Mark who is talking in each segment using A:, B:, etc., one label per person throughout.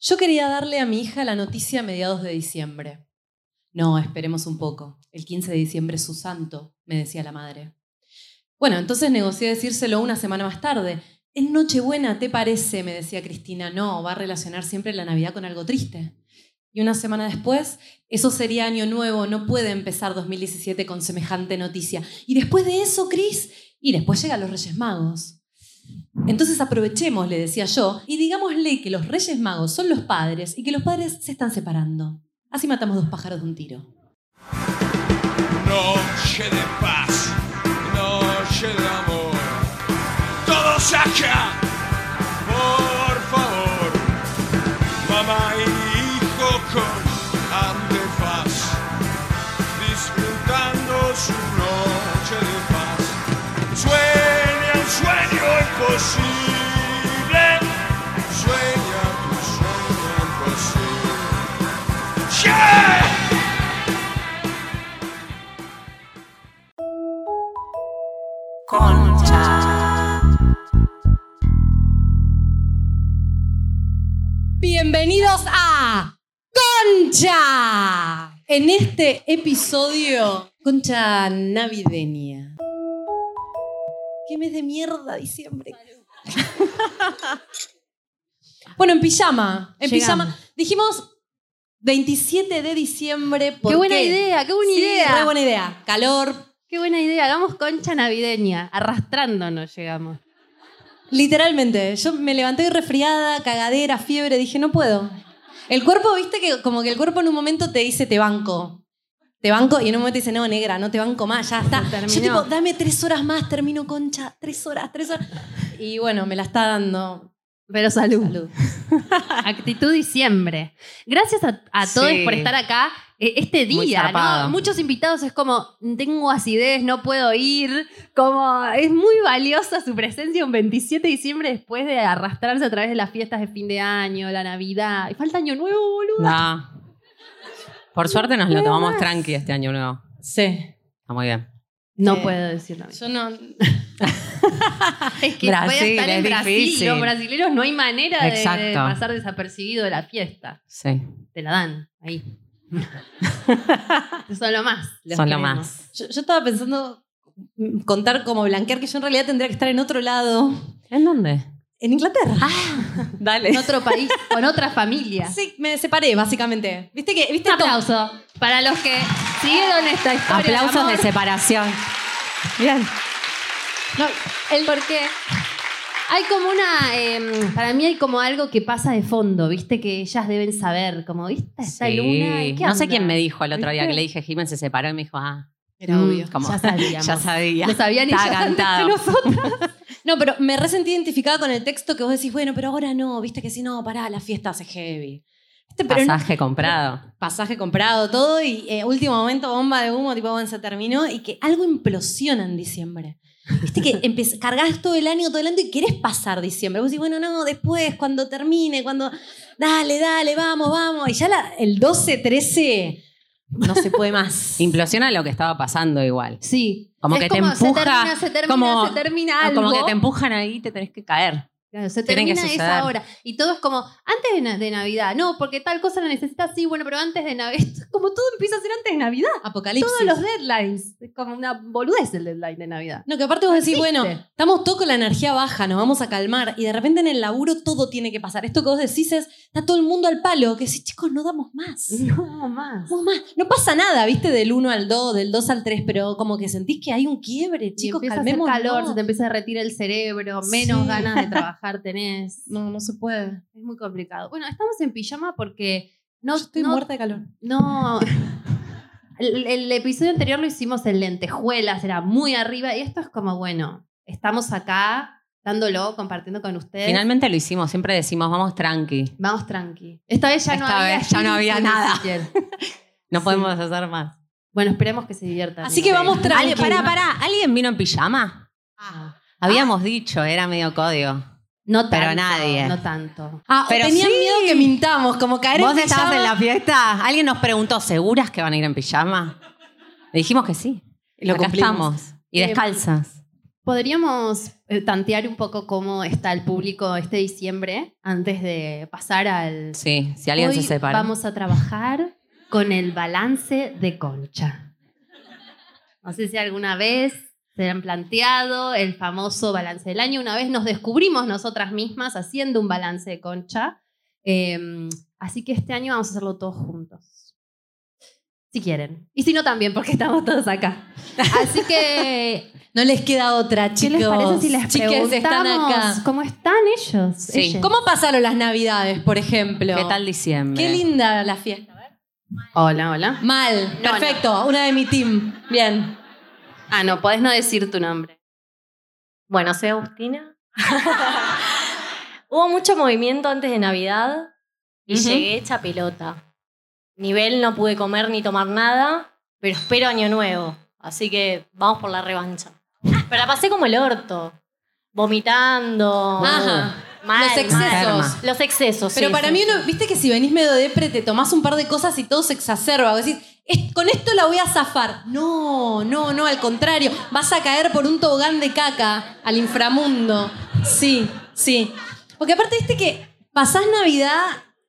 A: Yo quería darle a mi hija la noticia a mediados de diciembre. No, esperemos un poco. El 15 de diciembre es su santo, me decía la madre. Bueno, entonces negocié decírselo una semana más tarde. En Nochebuena, ¿te parece? me decía Cristina. No, va a relacionar siempre la Navidad con algo triste. Y una semana después, eso sería año nuevo, no puede empezar 2017 con semejante noticia. Y después de eso, Cris, y después llegan los Reyes Magos. Entonces aprovechemos, le decía yo, y digámosle que los Reyes Magos son los padres y que los padres se están separando. Así matamos dos pájaros de un tiro.
B: Noche de paz, noche de amor. Todos acá, por favor. Mamá y hijo con antefaz, disfrutando su noche de paz. Sueña un sueño imposible. Sueña tu sueño imposible. ¡Yeah!
A: Bienvenidos a Concha. En este episodio, Concha Navideña. ¿Qué mes de mierda diciembre? bueno, en pijama. En
C: Llegamos.
A: pijama. Dijimos 27 de diciembre. ¿por
C: Qué buena
A: qué?
C: idea, qué buena
A: Sí,
C: idea.
A: re buena idea. Calor.
C: Qué buena idea, hagamos concha navideña, arrastrándonos llegamos.
A: Literalmente, yo me levanté resfriada, cagadera, fiebre, dije, no puedo. El cuerpo, viste que como que el cuerpo en un momento te dice, te banco. Te banco y en un momento dice, no, negra, no te banco más, ya está.
C: Se
A: Yo
C: terminó.
A: tipo, dame tres horas más, termino concha, tres horas, tres horas. Y bueno, me la está dando.
C: Pero salud.
A: Salud.
C: Actitud diciembre. Gracias a, a todos
D: Sí.
C: por estar acá eh, este
D: Muy
C: día,
D: zarpado.
C: ¿no? Muchos invitados es como, tengo acidez, no puedo ir. Como, es muy valiosa su presencia un 27 de diciembre después de arrastrarse a través de las fiestas de fin de año, la Navidad. Y falta año nuevo, boludo.
D: No. Por suerte nos lo tomamos tranqui este año nuevo.
A: Sí.
D: Está muy bien.
C: No
A: Sí.
C: puedo decir nada.
A: Yo no.
C: Es que
D: Brasil,
C: puede estar en
D: es
C: Brasil.
D: difícil.
C: Los brasileños no hay manera de,
D: Exacto.
C: de pasar desapercibido de la fiesta.
D: Sí.
C: Te la dan ahí. Son lo más. los
D: Son lo
C: queremos.
D: más.
A: Yo, yo estaba pensando mm, contar como blanquear que yo en realidad tendría que estar en otro lado.
D: ¿En dónde?
A: En Inglaterra.
C: Ah,
D: Dale.
C: En otro país, con otra familia.
A: Sí, me separé, básicamente. ¿Viste que? ¿Viste
C: Un
A: como-
C: aplauso para los que siguieron esta historia. de
D: Aplausos de
C: amor.
D: separación. Bien.
C: No, el- porque hay como una. eh, para mí hay como algo que pasa de fondo, ¿viste? Que ellas deben saber. Como, ¿viste? Esta
D: Sí.
C: luna. ¿y qué
D: No sé
C: onda?
D: quién me dijo el otro día
C: ¿Viste?
D: que le dije Jiménez se separó y me dijo, ah,
A: Era
C: Mm,
A: obvio.
D: como-
C: Ya sabíamos.
D: ya sabía.
C: Lo sabían
D: Estaba
C: ellas antes que
D: cantado.
C: nosotros.
A: No, pero me resentí identificada con el texto que vos decís, bueno, pero ahora no, viste que si no, pará, la fiesta hace heavy. Este, pero no-
D: Pasaje comprado.
A: pasaje comprado, todo, y eh, último momento, bomba de humo, tipo, bueno, se terminó, y que algo implosiona en diciembre. Viste que empe- cargas todo el año, todo el año, y querés pasar diciembre. Vos decís, bueno, no, después, cuando termine, cuando, dale, dale, vamos, vamos. Y ya la- el 12, 13, no se puede más.
D: Implosiona lo que estaba pasando igual.
C: Sí.
D: Como
C: Es
D: que te
C: Se
D: empuja,
C: termina, se termina,
D: como- ah,
C: se termina algo.
D: Como que te empujan ahí y te tenés que caer.
C: Claro, se
D: tienen que
C: termina
D: suceder.
C: esa hora. Y todo es como, antes de, na- de Navidad. No, porque tal cosa la necesitas, sí, bueno, pero antes de Navidad. Como todo empieza a ser antes de Navidad.
A: Apocalipsis.
C: Todos los deadlines. Es como una boludez el deadline de Navidad.
A: No, que aparte vos decís,
C: Existe.
A: bueno, estamos todos con la energía baja, nos vamos a calmar. Y de repente en el laburo todo tiene que pasar. Esto que vos decís es, está todo el mundo al palo. Que decís, chicos, no damos más. No
C: No, más.
A: damos más. No pasa nada, viste, del 1 al 2, del 2 al 3, pero como que sentís que hay un quiebre,
C: Y
A: chicos,
C: empieza a hacer
A: calmemos.
C: calor, se te empieza a retirar el cerebro, menos
A: Sí.
C: ganas de trabajar tenés.
A: No, no se puede.
C: Es muy complicado. Bueno, estamos en pijama porque no,
A: Yo estoy
C: no
A: muerta de calor.
C: No. El, el episodio anterior lo hicimos en lentejuelas, era muy arriba. Y esto es como, bueno, estamos acá dándolo, compartiendo con ustedes.
D: Finalmente lo hicimos. Siempre decimos, vamos tranqui.
C: Vamos tranqui. Esta vez ya no
D: Esta
C: había.
D: vez ya no había
C: ni
D: nada.
C: siquiera.
D: No podemos hacer más.
C: Bueno, esperemos que se diviertan.
A: Así que vamos tranqui.
D: ¿Alguien, pará, pará. ¿Alguien vino en pijama?
C: Ah,
D: Habíamos dicho, era medio código.
C: no tanto.
D: Pero nadie.
C: No tanto.
A: Ah,
D: Pero
A: tenían
D: sí.
A: miedo que mintamos, como caer
D: ¿Vos
A: en
D: estabas
A: pijama.
D: en la fiesta? Alguien nos preguntó, ¿seguras que van a ir en pijama? Le dijimos que sí.
A: Y lo
D: Acá
A: cumplimos.
D: estamos. Y
C: Eh,
D: descalzas.
C: Podríamos eh, tantear un poco cómo está el público este diciembre antes de pasar al...
D: Sí, si alguien
C: Hoy
D: se separa.
C: Vamos a trabajar con el balance de concha. No sé si alguna vez se han planteado el famoso balance del año. Una vez nos descubrimos nosotras mismas haciendo un balance de concha. Eh, así que este año vamos a hacerlo todos juntos. Si quieren. Y si no también, porque estamos todos acá. Así que
A: No les queda otra,
C: ¿Qué
A: chicos.
C: les parece si les
A: Chiques,
C: preguntamos
A: están acá.
C: cómo están ellos?
D: Sí.
C: ellas?
A: ¿Cómo pasaron las navidades, por ejemplo?
D: ¿Qué tal diciembre?
A: Qué linda la fiesta.
C: Hola, hola.
A: Mal,
C: No,
A: perfecto, una de mi team. Bien.
C: Ah, no, podés no decir tu nombre.
E: Bueno, soy Agustina. Hubo mucho movimiento antes de Navidad y
A: Ujú.
E: llegué hecha pelota. Nivel no pude comer ni tomar nada, pero espero año nuevo. Así que vamos por la revancha. Pero la pasé como el orto. Vomitando.
D: Oh,
A: Ajá.
E: Mal,
A: Los excesos.
E: mal. Los excesos.
A: Pero
E: sí,
A: para
E: sí.
A: mí, uno- viste que si venís medio depre, te tomás un par de cosas y todo se exacerba. Vos Decís, "Es- con esto la voy a zafar. No, no, no, al contrario. Vas a caer por un tobogán de caca al inframundo. Sí, sí. Porque aparte, viste que pasás Navidad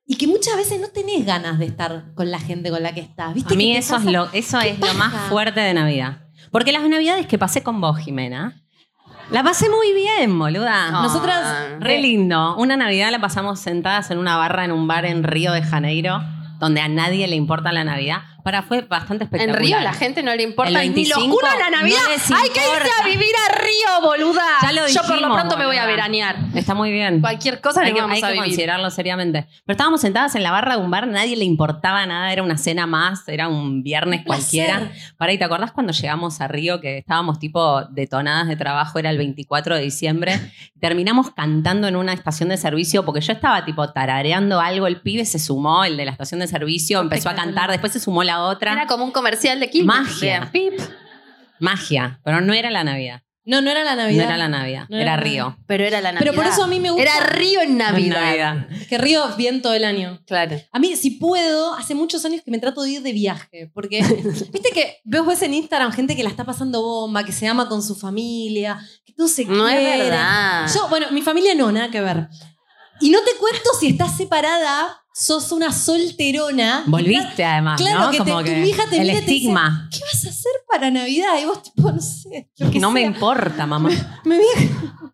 A: y que muchas veces no tenés ganas de estar con la gente con la que estás. ¿Viste
D: A mí
A: que te
D: eso es,
A: pasa-
D: lo, eso es lo más
A: paja?
D: fuerte de Navidad. Porque las Navidades que pasé con vos, Jimena, la pasé muy bien, boluda.
C: Ah.
A: Nosotras.
D: Re
A: eh,
D: lindo. Una Navidad la pasamos sentadas en una barra en un bar en Río de Janeiro, donde a nadie le importa la Navidad. Para, fue bastante
C: En
D: espectacular.
C: Río la gente no le importa
D: El
C: ni los
D: 25
C: cura la Navidad.
D: no les
C: Hay que irse a
D: importa.
C: vivir a Río, boluda.
D: Ya lo
C: Yo por lo
D: dijimos,
C: pronto me voy a
D: boluda.
C: veranear.
D: Está muy bien.
C: Cualquier cosa
D: hay
C: le
D: que,
C: vamos
D: hay
C: a
D: que
C: vivir.
D: considerarlo seriamente. Pero estábamos sentadas en la barra de un bar, nadie le importaba nada, era una cena más, era un viernes
A: placer.
D: cualquiera. Para, ¿y te acordás cuando llegamos a Río que estábamos tipo detonadas de trabajo? Era el 24 de diciembre. Terminamos cantando en una estación de servicio porque yo estaba tipo tarareando algo, el pibe se sumó, el de la estación de servicio, empezó a cantar, después se sumó la otra.
C: Era como un comercial de Quilmes.
D: Magia.
C: Vean, pip.
D: Magia, pero no era la Navidad.
A: No, no era la
D: No
A: Navidad.
D: era la Navidad,
A: No
D: era
A: era la
D: Río.
C: Pero era la Navidad.
A: Pero por eso a mí me gusta.
C: Era Río en Navidad.
D: Navidad.
A: Que río bien todo el año.
C: Claro.
A: A mí, si puedo, hace muchos años que me trato de ir de viaje, porque viste que veo ves en Instagram gente que la está pasando bomba, que se ama con su familia, que todo se
C: No es
A: quieren.
C: verdad.
A: Yo, bueno, mi familia no, nada que ver. Y no te cuento si estás separada, sos una solterona.
D: Volviste además,
A: Claro
D: ¿no?
A: que, te-
D: Como
A: tu hija te
D: el
A: mira y te dice,
D: estigma.
A: ¿qué vas a hacer para Navidad? Y vos, tipo, no sé. lo que
D: no me
A: sea.
D: importa, mamá.
A: Me voy, a, me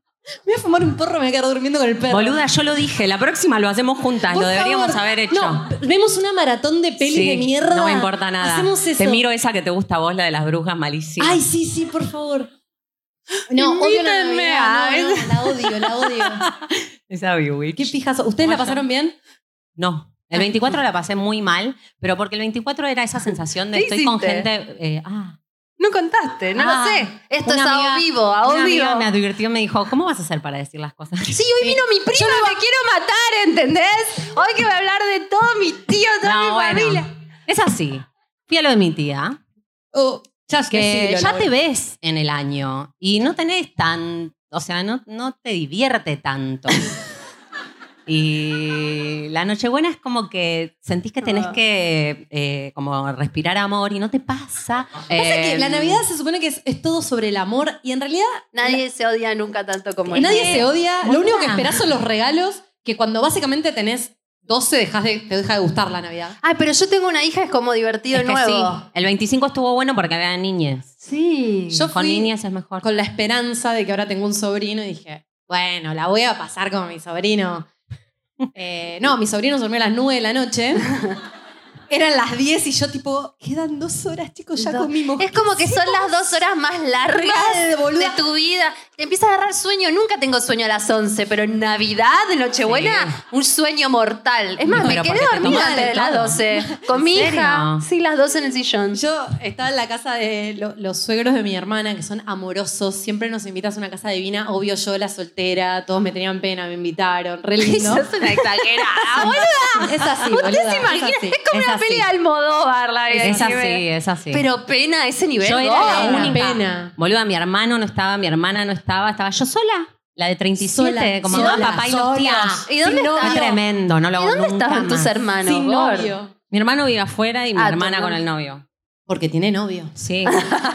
A: voy a fumar un porro, me voy a quedar durmiendo con el perro.
D: Boluda, yo lo dije. La próxima lo hacemos
C: Ah,
D: juntas.
A: Por
D: lo deberíamos
A: favor.
D: haber hecho.
A: No, vemos una maratón de pelis
D: Sí,
A: de mierda.
D: No me importa nada.
A: Hacemos eso.
D: Te miro esa que te gusta a vos, la de las brujas malísimas.
A: Ay, sí, sí, por favor. No, odio la
C: Invítenme
A: Navidad,
C: a-
A: no, no, la odio, la odio.
D: Esa Bewitch.
A: Qué Ah. pijazo. ¿Ustedes la
D: Vaya.
A: pasaron bien?
D: No. El 24 la pasé muy mal, pero porque el 24 era esa sensación de
C: ¿Qué
D: estoy con
C: hiciste?
D: gente. eh, ah,
C: No contaste, no
D: Ah,
C: lo sé. Esto es
D: una
C: a
D: amiga-
C: vivo,
A: Ah,
C: a
D: una
C: vivo.
D: amiga me advirtió, me dijo, ¿cómo vas a hacer para decir las cosas?
C: Sí, hoy vino mi prima, me quiero matar, ¿entendés? Hoy que voy a hablar de todo mi tío, toda
D: No,
C: mi
D: bueno.
C: familia.
D: Es así. Fui a lo de mi tía.
A: Oh, ya
D: que
A: decilo,
D: ya
A: la
D: te
A: voy-
D: ves en el año y no tenés tan, o sea, no, no te divierte tanto. y la Nochebuena es como que sentís que tenés
C: Ah.
D: que eh, como respirar amor y no te pasa.
A: Pasa que
D: Eh,
A: la Navidad se supone que es, es todo sobre el amor y en realidad
C: Nadie se odia nunca tanto como
D: Bueno.
A: nadie se odia.
D: Boluda.
A: Lo único que esperás son los regalos que cuando básicamente tenés 12 dejás de, te deja de gustar la Navidad.
C: Ay, pero yo tengo una hija, es como divertido
D: es que
C: nuevo.
D: sí. El 25 estuvo bueno porque había niñas.
C: Sí.
A: Yo
D: Con
A: fui-
D: niñas es mejor.
A: Con la esperanza de que ahora tengo un sobrino y dije, bueno, la voy a pasar como mi sobrino. Eh, no, mi sobrino se durmió a las 9 de la noche. Eran las 10 y yo tipo, quedan dos horas, chicos, ya
C: Do-
A: comimos.
C: Es como que son las dos horas más largas
A: Mal,
C: de
A: boluda.
C: tu vida. Te empieza a agarrar sueño. Nunca tengo sueño a las 11, pero en Navidad, en Nochebuena,
D: Sí.
C: un sueño mortal. Es más, me
D: Pero
C: quedé
D: porque te
C: dormida
D: tomaste
C: antes de las
D: todo.
C: 12. Con mi
D: serio?
C: hija. Sí, las 12 en el sillón.
A: Yo estaba en la casa de lo- los suegros de mi hermana, que son amorosos, siempre nos invitas a una casa divina, obvio yo la soltera, todos me tenían pena, me invitaron, re lindo.
C: Sos una exagerada, boluda.
A: es así,
C: ¿Ustedes
A: boluda,
C: se
A: es
C: imaginan?
A: así.
C: Es como
D: Es
C: una
D: así.
C: peli de Almodóvar, la vida.
D: es
C: que
D: así,
C: ve.
D: es así.
C: Pero pena a ese nivel.
D: yo era
C: gorda.
D: la
A: Una
D: única.
A: pena.
D: Boluda, mi hermano no estaba, mi hermana no estaba, estaba yo sola. La de 37,
A: Sola,
D: como
A: sola,
D: mamá, papá y
A: sola.
D: los tíos.
C: ¿Y dónde
A: Sin
D: Fue
A: novio,
D: tremendo, no lo hago
C: ¿Dónde
D: nunca
C: estaban tus
D: más.
C: hermanos?
A: Sin
C: gorda?
A: novio.
D: Mi hermano vive afuera y mi
C: Ah, tu
D: hermana
C: hermano.
D: con el novio.
A: Porque tiene novio.
D: Sí.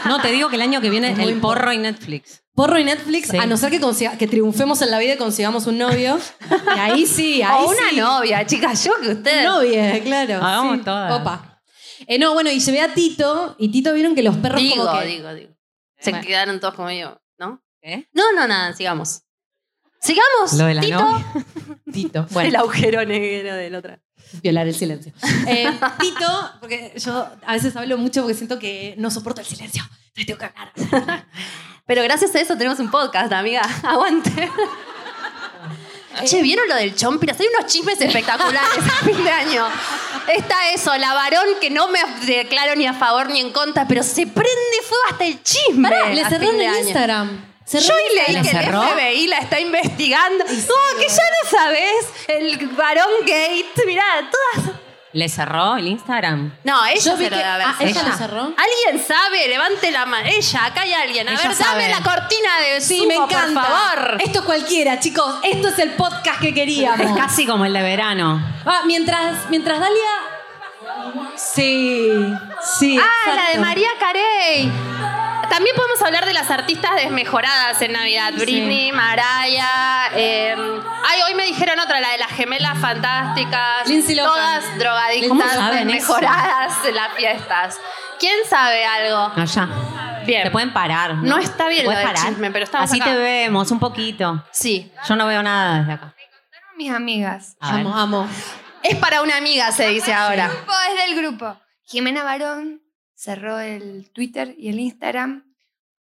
D: No, te digo que el año que viene
A: Muy
D: el porro y Netflix.
A: Porro y Netflix,
D: Sí.
A: a no ser que, consiga- que triunfemos en la vida y consigamos un novio. Y ahí sí, ahí
C: o una
A: sí.
C: novia, chicas, yo que ustedes.
A: Novia, claro.
D: Hagamos
A: sí.
D: todas.
A: Opa. Eh, no, bueno, y llevé a Tito, y Tito vieron que los perros
C: digo,
A: como que...
C: digo, digo. Se
A: Bueno.
C: quedaron todos conmigo, ¿no?
D: ¿Eh?
C: No, no, nada, sigamos. Sigamos.
D: Lo de la
C: Tito,
D: novia.
A: Tito,
C: el
A: bueno,
C: agujero negro del otro.
A: violar el silencio. Eh, Tito, porque yo a veces hablo mucho porque siento que no soporto el silencio. Entonces tengo que hablar.
C: Pero gracias a eso tenemos un podcast, amiga. Aguante. Ah. Che, ¿vieron lo del Chompiras? Hay unos chismes espectaculares a fin de año. Está eso, la varón que no me declaro ni a favor ni en contra, pero se prende fuego hasta el chisme.
A: Pará, le
C: a
A: cerraron
C: fin de
A: el
C: año.
A: Instagram. Cerró
C: Yo
A: el
C: y leí
D: ¿La
C: que el
D: cerró?
C: FBI la está investigando. No, que ya no sabes. El varón gate. Mirá, todas.
D: ¿Le cerró el Instagram?
C: No, ella
A: Yo vi
C: se
A: que-
C: lo debe haber
A: ah, ¿ella
C: cerrado.
A: lo cerró?
C: Alguien sabe, levante la mano. Ella, acá hay alguien. A
A: Ella
C: ver,
A: sabe.
C: dame la cortina de
A: Sí,
C: zumo,
A: me encanta.
C: por favor.
A: Esto es cualquiera, chicos. Esto es el podcast que
C: Ah.
D: Es
A: queríamos.
D: casi como el de verano.
A: Ah, mientras, mientras Dalia. Sí, sí.
C: Ah, la de
A: exacto.
C: María Carey. También podemos hablar de las artistas desmejoradas en Navidad. Britney, Mariah. eh, ay, hoy me dijeron otra, la de las gemelas fantásticas.
A: Lindsay Lohan.
C: Todas
D: ¿Cómo
C: drogadictas,
D: saben
C: desmejoradas en las fiestas. ¿Quién sabe algo?
D: Allá.
C: Bien.
D: Te pueden parar.
C: No está bien
D: ¿Te puedes
C: lo del chisme, pero estamos
D: Así
C: acá.
D: te vemos, un poquito.
C: Sí.
D: Yo no veo nada desde acá.
F: mis amigas.
D: A ver.
A: Amo, amo.
C: Es para una amiga, se dice ahora.
F: El grupo es del grupo. Jimena Barón cerró el Twitter y el Instagram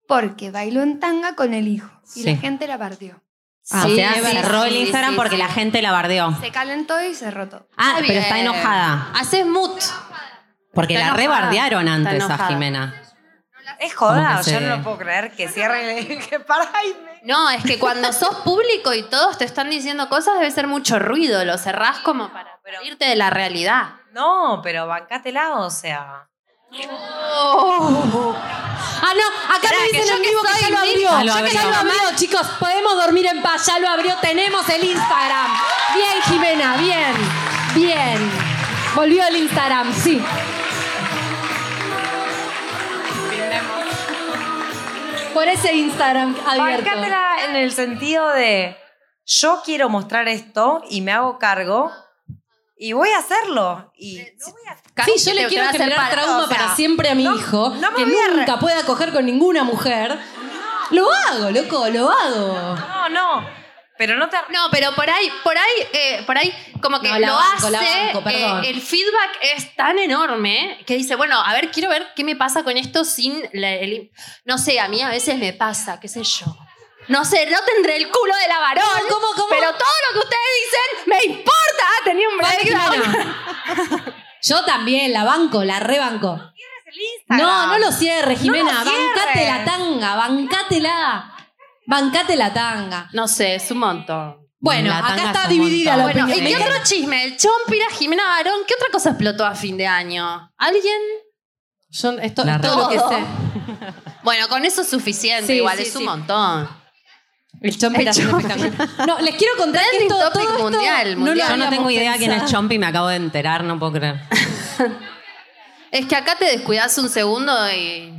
F: porque bailó en tanga con el hijo y la
D: Sí.
F: gente la partió.
D: Ah, o sea,
C: sí,
D: cerró
C: sí,
D: el
C: sí,
D: Instagram
C: sí,
D: porque
C: sí.
D: la gente la bardeó.
F: Se calentó y cerró todo.
D: Ah, pero
C: bien.
D: está enojada.
C: Haces mut.
D: Porque
C: Está
D: la
C: enojada.
D: rebardearon
C: Está
D: antes a
C: enojada.
D: Jimena.
G: Es
D: Como
G: joda,
D: que
G: yo
D: se-
G: no lo puedo creer que cierre que para y me-
C: No, es que cuando sos público y todos te están diciendo cosas, debe ser mucho ruido. Lo cerrás como para irte de la realidad.
G: No, pero bancátela, o sea.
A: Ah, no, acá me dicen en vivo que ya lo abrió.
D: Ah, lo
A: Ya que ya
D: abrió.
A: lo abrió, chicos. Podemos dormir en paz. Ya lo abrió. Tenemos el Instagram. Bien, Jimena, bien. Bien. Volvió el Instagram, sí. Por ese Instagram abierto.
G: Bancátela en el sentido de yo quiero mostrar esto y me hago cargo y voy a hacerlo. Y no voy a-
A: Sí, yo le quiero
C: Te- te va a hacer
A: generar
C: para-
A: trauma
C: o sea,
A: para siempre a mi
G: no-
A: hijo,
G: no me
A: que
G: voy a re-
A: nunca pueda coger con ninguna mujer. Lo hago, loco, lo hago.
G: No, no. Pero no te
C: No, pero por ahí, por ahí, eh, por ahí, como que
A: No, la
C: lo
A: banco, la
C: hace.
A: banco, perdón.
C: eh, el feedback es tan enorme que dice, bueno, a ver, quiero ver qué me pasa con esto sin, la- el- no sé, a mí a veces me pasa, qué sé yo. No sé, no tendré el culo de la varón,
A: No, ¿cómo, cómo?
C: pero todo lo que ustedes dicen me importa. Ah, Tenía un
A: Vale,
C: breakdown.
A: Jimena. Yo también, la banco, la rebanco. No, no lo cierres, Jimena.
G: No lo cierres.
A: bancate la tanga, bancátela. Bancate la tanga.
C: No sé, es un montón.
A: Bueno,
D: La
A: acá
D: tanga
A: está
D: es un
A: dividida la
D: montón.
C: Bueno,
A: opinión.
C: ¿y
A: Me
C: qué
A: encanta-
C: otro chisme? El chompira, Jimena Barón, ¿qué otra cosa explotó a fin de año? ¿Alguien?
A: Yo, esto
D: La
A: es todo lo que
C: todo.
A: sé.
C: Bueno, con eso es suficiente,
A: Sí,
C: igual
A: sí,
C: es un
A: sí.
C: montón.
A: El chompi
C: El
A: era un
C: chompi.
A: espectacular. No, les quiero contar que
C: Trending
A: esto,
C: topic
A: todo esto
C: mundial,
A: no lo
C: mundial.
D: Yo no tengo
A: habíamos
D: idea quién es
A: pensado.
D: Chompy, me acabo de enterar, no puedo creer.
C: Es que acá te descuidas un segundo y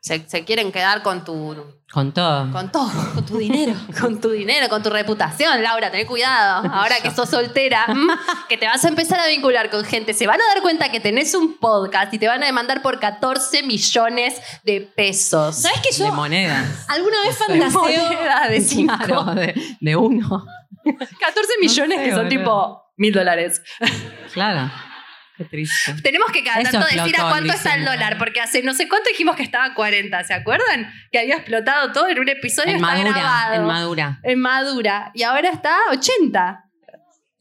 C: se, se quieren quedar con tu
D: Con todo.
C: con todo, con tu dinero, con tu dinero, con tu reputación, Laura, ten cuidado. Ahora que sos soltera, mm, que te vas a empezar a vincular con gente, se van a dar cuenta que tenés un podcast y te van a demandar por 14 millones de pesos.
A: ¿Sabes que
D: De
A: yo
D: monedas.
A: alguna vez fantaseo?
C: Moneda de cinco.
D: Claro, de, de uno.
C: 14 millones
D: sé,
C: que son
D: boludo.
C: tipo mil dólares.
D: Claro. Qué triste.
C: Tenemos que cada
D: Eso
C: tanto decir
D: explotó
C: a
D: en
C: cuánto está el
D: diciembre.
C: dólar, porque hace no sé cuánto dijimos que estaba a 40, ¿se acuerdan? Que había explotado todo en un episodio
D: En
C: está
D: madura,
C: grabado.
D: en madura.
C: en Madura y ahora está a 80.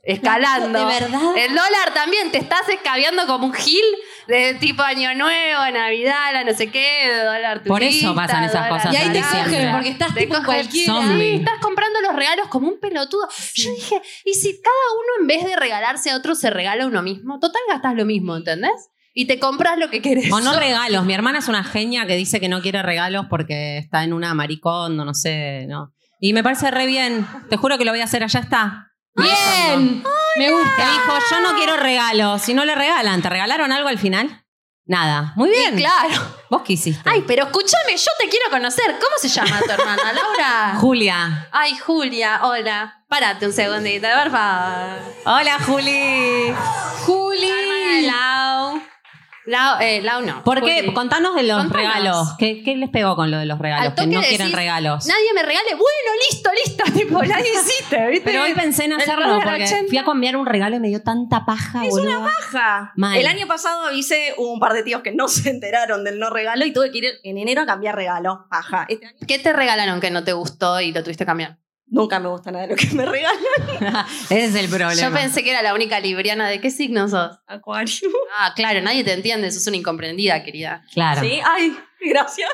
C: Escalando.
A: ¿De verdad?
C: El dólar también, te estás escabeando como un gil de tipo Año Nuevo, Navidad, la no sé qué, de dólar
D: Por
C: turista,
D: eso pasan
C: dólar
D: esas cosas
A: Y ahí te
D: Siempre.
A: cogen,
C: naranja.
A: porque estás
C: Te
A: tipo
C: cogen.
A: cualquiera.
D: Zombie.
C: Sí, estás comprando los regalos como un pelotudo. Yo dije, ¿y si cada uno en vez de regalarse a otro se regala a uno mismo? Total gastas lo mismo, ¿entendés? Y te compras lo que querés.
D: O no regalos. Mi hermana es una genia que dice que no quiere regalos porque está en una maricondo, no sé, ¿no? Y me parece re bien. Te juro que lo voy a hacer, allá está.
A: Bien, me
D: Te
A: gusta.
D: dijo, yo no quiero regalos. Si no le regalan, ¿te regalaron algo al final? Nada. Muy bien.
C: Claro.
D: ¿Vos qué hiciste?
C: Ay, pero escúchame, yo te quiero conocer. ¿Cómo se llama tu hermana, Laura?
D: Julia.
C: Ay, Julia, hola. Párate un segundito, por favor.
D: Hola, Juli.
C: Juli. Lau. Lau, eh, Lau no.
D: ¿Por qué?
C: Juli.
D: Contanos de los
C: Contanos.
D: regalos. ¿Qué, qué les pegó con lo de los regalos?
C: Al
D: Que
C: toque
D: no quieren
C: decís,
D: regalos.
C: Nadie me regale. Bueno, listo, listo. Tipo, nadie hiciste, ¿viste?
D: Pero hoy pensé en
C: El
D: hacerlo
C: dólar
D: porque
C: 80.
D: fui a cambiar un regalo y me dio tanta paja,
H: Es
D: boluda.
H: una paja.
D: Mal.
H: El año pasado hice un par de tíos que no se enteraron del no regalo y tuve que ir en enero a cambiar regalo. Paja. Este año
C: ¿Qué te regalaron que no te gustó y lo tuviste que cambiar?
H: nunca me gusta nada de lo que me regalan.
D: Ese es el problema.
C: Yo pensé que era la única libriana de qué signo sos.
H: Acuario.
C: Ah, claro, nadie te entiende, sos una incomprendida, querida.
D: Claro.
H: Sí, ay, gracias.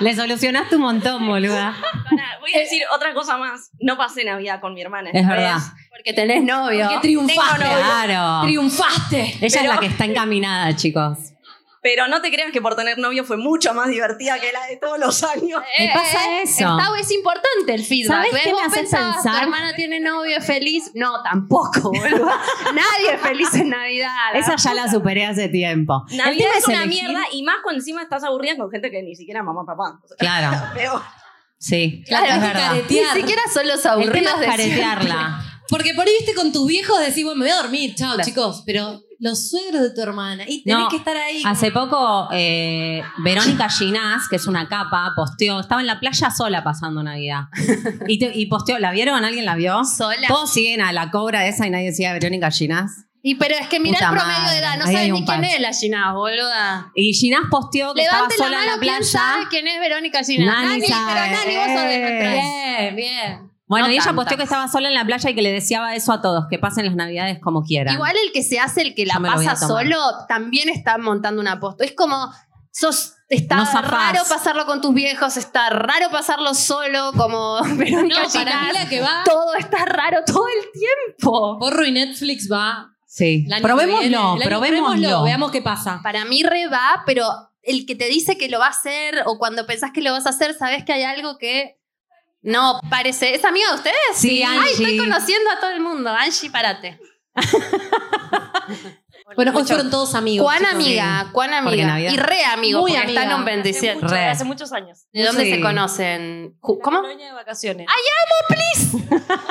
D: Le solucionaste un montón, boluda.
H: Pará, voy a decir otra cosa más. No pasé Navidad con mi hermana.
D: Es verdad.
C: Porque tenés novio.
A: Porque triunfaste.
D: Claro. Ella
A: Triunfaste.
D: es
H: Pero-
D: la que está encaminada, chicos.
H: Pero no te creas que por tener novio fue mucho más divertida que la de todos los años.
D: Me
C: Eh,
D: pasa
C: eh,
D: eso.
C: Está, es importante el feedback.
D: ¿Sabés
C: ¿Ves?
D: qué me
C: Vos
D: hace
C: pensabas,
D: pensar?
C: Tu hermana tiene novio es feliz. No, tampoco, boludo. Nadie es feliz en Navidad. la
D: Esa ya la superé hace tiempo. El
H: Navidad
D: tema
H: es una
D: elegir-
H: mierda y más cuando encima estás aburrida con gente que ni siquiera mamá, papá. O sea,
D: Claro,
H: peor.
D: sí.
C: Claro,
D: es
C: es
D: verdad.
C: Ni
A: Caretear.
C: siquiera son los
D: El tema
C: aburridos de
D: es
C: siempre.
D: caretearla.
A: Porque por ahí viste con tus viejos decís, bueno, me voy a dormir, chao, chicos. Pero los suegros de tu hermana, y tenés
D: No,
A: que estar ahí.
D: Hace poco, eh, Verónica Ginás, que es una capa, posteó, estaba en la playa sola pasando Navidad. Y, te- y posteó, ¿la vieron? ¿Alguien la vio?
C: Sola.
D: Todos siguen a la cobra esa y nadie sigue a Verónica Ginás.
C: Y pero es que mirá
D: Puta
C: el promedio
D: madre,
C: de edad, no
D: ahí hay
C: sabes
D: un
C: ni quién
D: par.
C: es la Ginás, boluda.
D: Y Ginás posteó que
C: Levante
D: estaba
C: la
D: sola en
C: mano
D: la
C: quién sabe
D: playa.
C: quién es Verónica Ginás.
D: Nani
C: Nani,
D: sabe. Eh.
C: pero Nani, vos sos de nuestra
A: Bien, bien.
D: Bueno,
C: No
D: y ella
C: tantas.
D: posteó que estaba sola en la playa y que le deseaba eso a todos, que pasen las Navidades como quieran.
C: Igual el que se hace el que la
D: Yo me lo voy a
C: pasa
D: tomar.
C: solo también está montando una posta. Es como sos está
D: No zafás.
C: raro pasarlo con tus viejos, está raro pasarlo solo como Verónica
A: No, para mí
C: Ginás.
A: la que va,
C: Todo está raro todo el tiempo.
A: Porro y Netflix va.
D: Sí.
A: el año que viene, el
D: Probémoslo,
A: año-
D: probémoslo.
A: Veamos qué pasa.
C: Para mí re va, pero el que te dice que lo va a hacer o cuando pensás que lo vas a hacer, sabes que hay algo que no parece. ¿Es amiga de ustedes?
D: Sí,
C: Ay, estoy
D: Angie.
C: conociendo a todo el mundo. Angie, párate.
A: Bueno, hoy fueron todos amigos.
C: Cuán
A: chicos.
C: amiga, cuán
D: Porque
C: amiga.
D: Navidad.
C: Y re amigo,
A: Muy
C: porque
A: amiga.
C: están en 27.
H: Mucho,
D: Re.
H: hace muchos años.
C: ¿De dónde
D: Sí.
C: se conocen? Ju- ¿Cómo?
H: Colonia de vacaciones.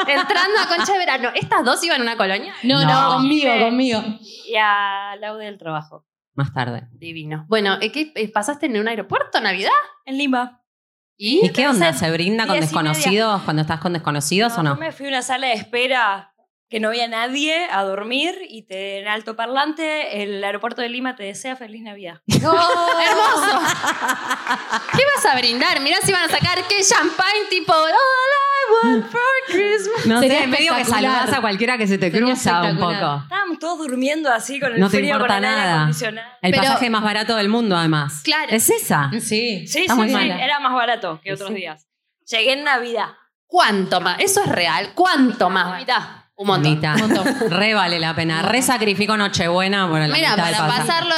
C: Entrando a Concha de Verano. ¿Estas dos iban a una colonia?
A: No,
D: No.
A: no, conmigo, conmigo.
H: Y a Lau del trabajo.
D: Más tarde.
C: Divino. Bueno, ¿eh, ¿qué eh, pasaste en un aeropuerto Navidad?
H: En Lima.
D: ¿Y qué onda? ¿Se brinda con
H: diez y
D: desconocidos cuando estás con desconocidos o
I: No,
D: no?
I: Yo me fui a una sala de espera que no había nadie a dormir y te, en alto parlante el aeropuerto de Lima te desea feliz Navidad.
C: ¡Hermoso! ¿Qué vas a brindar? Mirá si van a sacar qué champagne tipo All I want for Christmas.
D: No
A: Sería
D: sé, medio que
A: espectacular.
D: saludás a cualquiera que se te
A: Sería
D: cruza un
A: espectacular.
D: poco.
I: Estábamos todos durmiendo así con el
D: No te
I: frío, con
D: importa
I: el aire
D: nada.
I: acondicionado.
D: El
C: Pero-
D: pasaje más barato del mundo, además.
C: Claro.
D: Es esa.
A: Sí.
I: Sí,
D: Está
I: sí,
D: muy
I: sí,
D: mala.
I: era más barato que otros días. Llegué en Navidad.
C: ¿Cuánto más? Eso es real. ¿Cuánto más? La mitad. Un montón.
D: Mitad. Re vale la pena. Re sacrifico Nochebuena por la
C: Mira,
D: mitad del
C: para
D: pasaje.
C: pasarlo,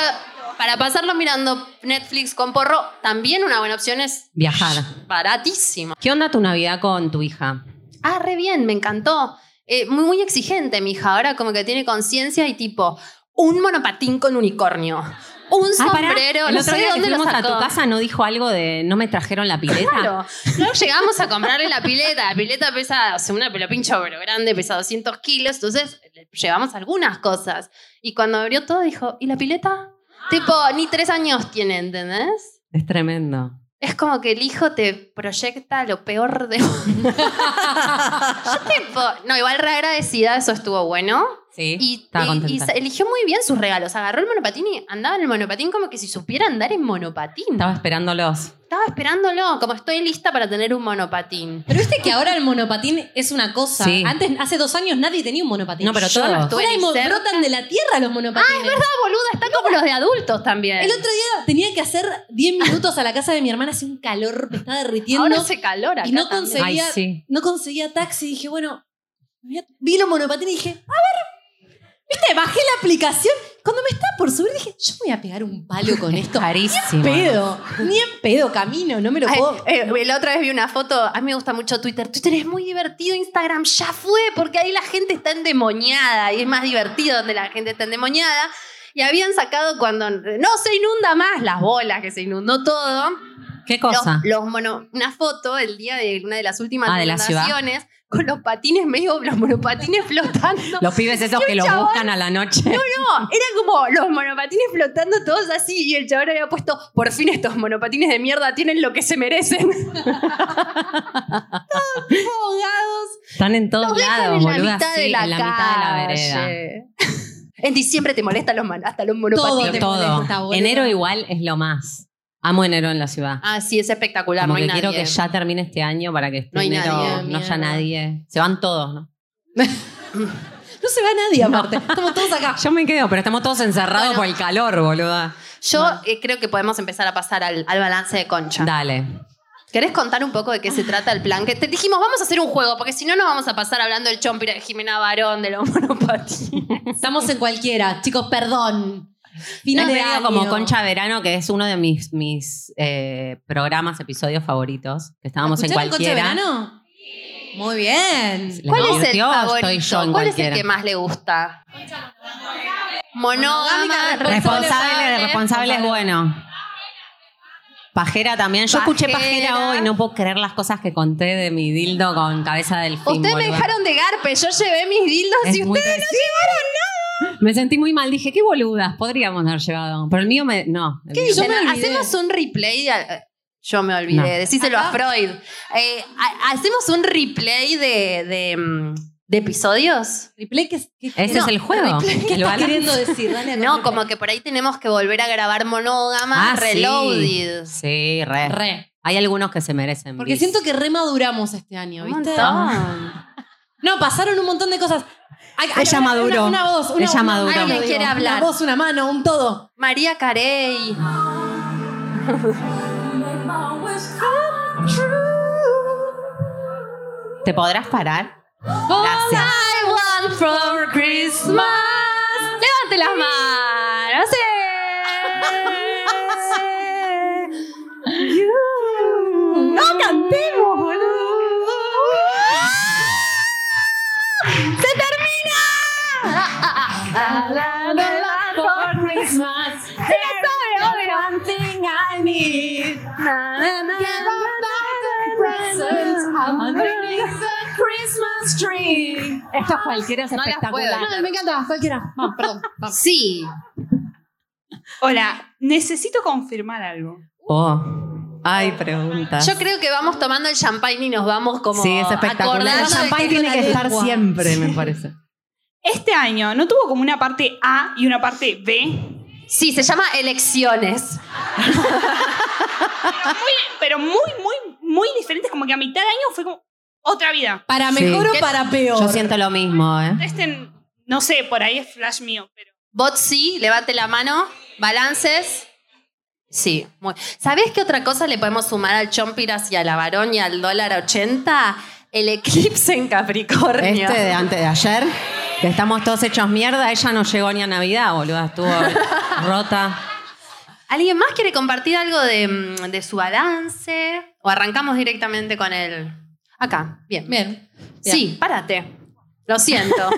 C: para pasarlo mirando Netflix con porro, también una buena opción es
D: Viajar.
C: baratísimo.
D: ¿Qué onda tu Navidad con tu hija?
C: Ah, re bien, me encantó. Eh, muy, muy exigente, mi hija. Ahora como que tiene conciencia y tipo, un monopatín con unicornio. Un
D: Ah, pará.
C: sombrero,
D: El
C: no
D: otro
C: sé
D: día que
C: dónde lo
D: fuimos a
C: sacó.
D: tu casa no dijo algo de no me trajeron la pileta.
C: Claro. No llegamos a comprarle la pileta. La pileta pesa, o sea, una pelopincho pero grande, pesa 200 kilos. Entonces, le llevamos algunas cosas. Y cuando abrió todo, dijo, ¿y la pileta? Tipo, ni tres años tiene, ¿entendés?
D: Es tremendo.
C: Es como que el hijo te proyecta lo peor de uno. Yo tipo, no, igual re agradecida, eso estuvo bueno.
D: Sí.
C: Y,
D: estaba
C: y- y
D: contenta.
C: sa- eligió muy bien sus regalos. Agarró el monopatín y andaba en el monopatín como que si supiera andar en monopatín.
D: Estaba esperándolos.
C: Estaba esperándolo, como estoy lista para tener un monopatín.
A: Pero viste que ahora el monopatín es una cosa.
D: Sí.
A: Antes, hace dos años nadie tenía un monopatín.
D: No, pero
A: Yo
D: todos.
A: no estuve Ahora
C: ni
A: mo-
C: cerca.
A: brotan de la tierra los monopatines.
C: Ah, boluda, está como los de adultos también.
A: El otro día tenía que hacer 10 minutos a la casa de mi hermana, hacía un calor, me estaba derritiendo.
C: Ahora hace calor acá
A: y no
C: también.
A: conseguí-
D: Ay,
A: Sería-
D: sí.
A: No conseguía taxi, dije, bueno, voy a- vi los monopatines y dije, a ver, viste, bajé la aplicación. Cuando me estaba por subir dije, yo me voy a pegar un palo con esto.
D: Carísimo.
A: pedo, ni en pedo camino, no me lo
C: Ay,
A: puedo.
C: eh, la otra vez vi una foto, a mí me gusta mucho Twitter. Twitter es muy divertido, Instagram ya fue, porque ahí la gente está endemoniada y es más divertido donde la gente está endemoniada. Y habían sacado cuando no se inunda más las bolas, que se inundó todo.
D: ¿Qué cosa?
C: Los, los mono- una foto el día de una de las últimas
D: Ah, de la ciudad.
C: inundaciones con los patines medio, los monopatines flotando.
D: Los, pibes esos
C: Y un
D: que los
C: chabón-
D: buscan a la noche.
C: No, era como los monopatines flotando todos así y el chabón había puesto, por fin estos monopatines de mierda tienen lo que se merecen. todos tipo ahogados.
D: Están en todos
C: Los dejan
D: lados,
C: en la
D: boluda,
C: mitad
D: sí,
C: de la
D: en la mitad de la
C: calle.
D: vereda.
C: En diciembre te molestan los man- hasta los
A: Todo
C: monopatines.
A: te
D: Todo.
A: molesta, boluda.
D: enero igual es lo más. Amo enero en la ciudad.
C: Ah, sí, es espectacular.
D: Como
C: no hay
D: que
C: nadie.
D: quiero que ya termine este año para que
C: No hay
D: enero
C: nadie,
D: no
A: mierda.
D: haya nadie. Se van todos, ¿no?
A: No se va nadie, aparte. Estamos todos acá.
D: Yo me quedo, pero estamos todos encerrados
C: Bueno.
D: por el calor, boluda.
C: Yo eh, creo que podemos empezar a pasar al, al balance de concha.
D: Dale.
C: ¿Querés contar un poco de qué se
D: Ah.
C: trata el plan? Que te dijimos, vamos a hacer un juego, porque si no, nos vamos a pasar hablando del chompi de Jimena Barón, de los monopatines.
A: Estamos en cualquiera. Chicos, perdón.
D: Final
A: Final de año.
D: como Concha Verano, que es uno de mis, mis eh, programas, episodios favoritos. Que estábamos en
A: ¿Escucharon
D: cualquiera.
A: Concha Verano? Muy bien.
D: Les
C: ¿Cuál es el
D: divirtió,
C: favorito?
D: Estoy yo en
C: ¿Cuál es el
D: cualquiera.
C: que más le gusta?
A: Monogama,
C: Monógama, ¿eh?
D: Responsable, responsable es bueno. Pajera también. Yo escuché
C: Pajera.
D: pajera hoy, no puedo creer las cosas que conté de mi dildo con cabeza del fin.
C: Ustedes me
D: boluda.
C: dejaron de garpe, yo llevé mis dildos
D: Es
C: y
D: muy
C: ustedes
D: triste. Me sentí muy mal, dije, qué boludas podríamos haber llevado. Pero el mío me. No. el mío-
C: no.
A: Yo me olvidé.
C: Hacemos un replay. de- yo me olvidé,
D: No.
C: decíselo a Freud. Eh, ha- hacemos un replay de, de, mm, de episodios.
A: Replay, ¿qué, qué-
D: Ese
A: no,
D: es el juego.
A: replay, ¿Qué
D: El
A: estás
D: balance.
A: queriendo decir, Dani?
C: No, como que por ahí tenemos que volver a grabar monógama,
D: Ah, sí.
C: reloaded.
D: Sí, re.
A: Re.
D: Hay algunos que se merecen.
A: Porque
D: bis.
A: siento que remaduramos este año,
C: Un
A: ¿viste?
C: montón.
A: No, pasaron un montón de cosas. Hay- hay
D: Ella
A: una-
D: maduró.
A: Una, una voz, una,
D: Ella
A: una-
D: maduró.
A: algo,
C: Alguien quiere hablar.
A: Una voz, una mano, un todo.
C: María Carey.
D: ¿Te podrás parar?
A: Oh,
D: Gracias.
C: I want for Christmas. Levante las manos. eh. sí.
D: ¡No cantemos, boludo! Esto cualquiera es espectacular.
A: me encanta, cualquiera. Vamos, perdón.
C: Sí.
J: Hola, necesito confirmar algo.
D: Oh. Ay, preguntas.
C: Yo creo que vamos tomando el champagne y nos vamos como
D: Sí, es espectacular.
C: acordando
D: El
C: de
D: champagne
C: que es
D: tiene
C: una
D: que estar
C: lengua.
D: siempre, me parece.
J: Este año no tuvo como una parte A y una parte B,
C: Sí, se llama elecciones.
J: pero muy, muy, muy diferentes, como que a mitad de año fue como otra vida.
A: ¿Para
D: Sí.
A: mejor
J: ¿Qué-
A: o para peor?
D: Yo siento lo mismo, ¿eh?
J: Contesten, no sé, por ahí es flash mío, pero
C: Bot sí, levante la mano. Balances. Sí. Muy. ¿Sabés qué otra cosa le podemos sumar al Chompiras y al Avarón y al dólar 80? El eclipse en Capricornio.
D: Este de antes de ayer, que estamos todos hechos mierda, ella no llegó ni a Navidad, boluda, estuvo rota.
C: ¿Alguien más quiere compartir algo de, mm, de su balance? ¿O arrancamos directamente con el... Acá, bien.
A: Bien.
C: Sí, párate. Lo siento.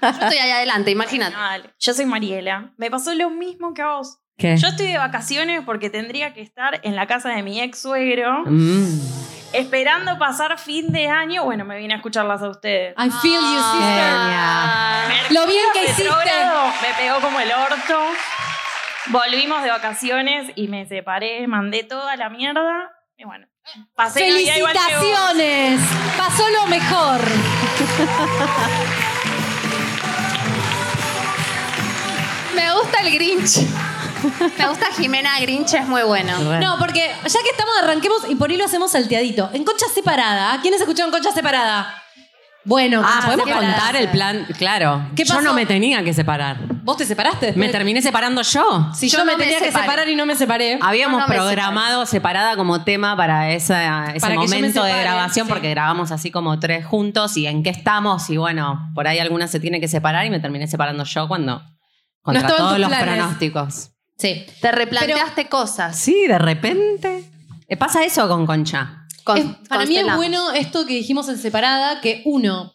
C: Yo estoy ahí adelante, imagínate.
I: Dale. Yo soy Mariela. Me pasó lo mismo que a vos.
D: ¿Qué?
I: Yo estoy de vacaciones porque tendría que estar en la casa de mi ex suegro,
D: Mm.
I: esperando pasar fin de año. Bueno, me vine a escucharlas a ustedes.
A: I feel you, sister.
C: Ah,
A: Lo bien que hiciste.
I: Retrógrado, Me pegó como el orto. Volvimos de vacaciones y me separé, mandé toda la mierda. Y bueno, pasé Navidad igual que vos.
A: ¡Felicitaciones! Pasó lo mejor.
C: Me gusta el Grinch. Me gusta Jimena Grinch, es muy bueno.
D: Re.
A: No, porque ya que estamos, arranquemos y por ahí lo hacemos salteadito. En concha separada. ¿ah? ¿Quiénes escucharon concha separada? Bueno,
D: Ah,
A: Concha
D: podemos
A: Separada.
D: contar el plan, claro.
A: ¿Qué
D: yo
A: pasó?
D: no me tenía que separar.
A: ¿Vos te separaste?
D: Me terminé separando yo.
A: Si yo,
C: Yo
A: me
C: no me
A: tenía que
C: separé.
A: separar y no me separé.
D: Habíamos
C: Yo no me
D: programado separada como tema para esa- ese
A: Para que yo me
D: momento de
A: separe,
D: grabación,
A: sí.
D: porque grabamos así como tres juntos y en qué estamos. Y bueno, por ahí alguna se tiene que separar y me terminé separando yo cuando. Contra
A: estaba en
D: todos
A: tus
D: los
A: planes.
D: pronósticos.
A: Sí.
C: Te replanteaste cosas.
D: Sí, de repente. Eh, Pasa eso con Concha.
C: Con-
A: Es- para mí es
C: constelamos.
A: bueno esto que dijimos en separada, que uno,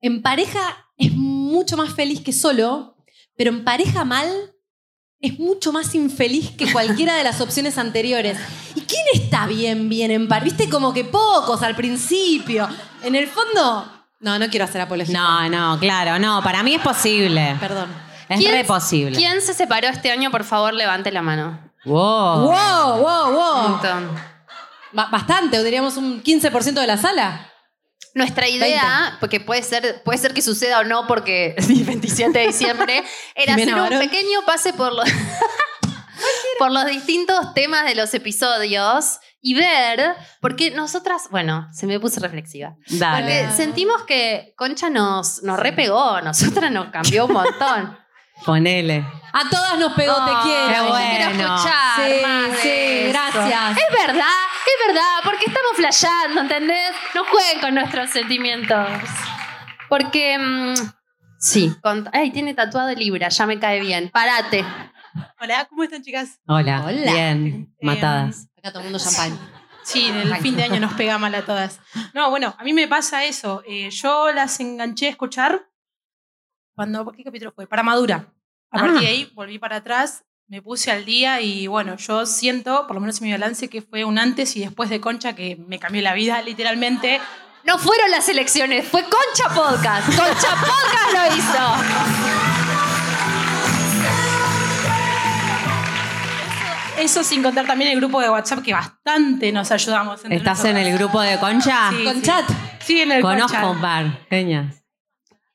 A: en pareja es mucho más feliz que solo, pero en pareja mal es mucho más infeliz que cualquiera de las opciones anteriores. ¿Y quién está bien, bien en par? Viste como que pocos al principio. En el fondo, no, no quiero hacer apología.
D: No, no, claro, no. Para mí es posible.
A: Perdón.
D: Es
C: ¿Quién-
D: re posible.
C: ¿Quién se separó este año? Por favor, levante la mano.
D: Wow.
A: Wow, wow, wow.
C: Un montón.
A: Ba- Bastante, diríamos un 15% de la sala.
C: Nuestra idea, porque puede ser, puede ser que suceda o no, porque el 27 de diciembre, era
A: Jimena
C: hacer un
A: Barón.
C: pequeño pase por los, por los distintos temas de los episodios y ver, porque nosotras, bueno, se me puso reflexiva. Porque
D: Dale.
C: sentimos que Concha nos, nos repegó, nosotras nos cambió un montón.
D: Ponele.
A: A todas nos pegó,
C: Ay,
A: te quiero.
C: yo
D: bueno.
C: quiero escuchar
A: Sí,
C: más de
A: sí,
C: esto.
A: gracias.
C: Es verdad, es verdad, porque estamos flasheando, ¿entendés? No jueguen con nuestros sentimientos. Porque. mm, sí. con- ay, tiene tatuado Libra, ya me cae bien. Parate.
J: Hola, ¿cómo están, chicas?
D: Hola.
A: Hola.
D: Bien.
J: Eh,
D: Matadas.
A: Acá todo el mundo champán.
J: Sí, el fin de año nos pega mal a todas. No, bueno, a mí me pasa eso. Eh, yo las enganché a escuchar cuando, ¿qué capítulo fue? Para Madura. A partir
A: Ah.
J: de ahí volví para atrás, me puse al día y bueno, yo siento, por lo menos en mi balance, que fue un antes y después de Concha que me cambió la vida literalmente.
C: No fueron las elecciones, fue Concha Podcast. Concha Podcast lo hizo.
J: Eso sin contar también el grupo de WhatsApp que bastante nos ayudamos. entre
D: ¿Estás en
J: nosotras.
D: el grupo de Concha?
J: Sí,
A: Con
J: sí.
A: chat.
J: Sí, en el
D: Conozco
J: Concha.
D: un par. Genial.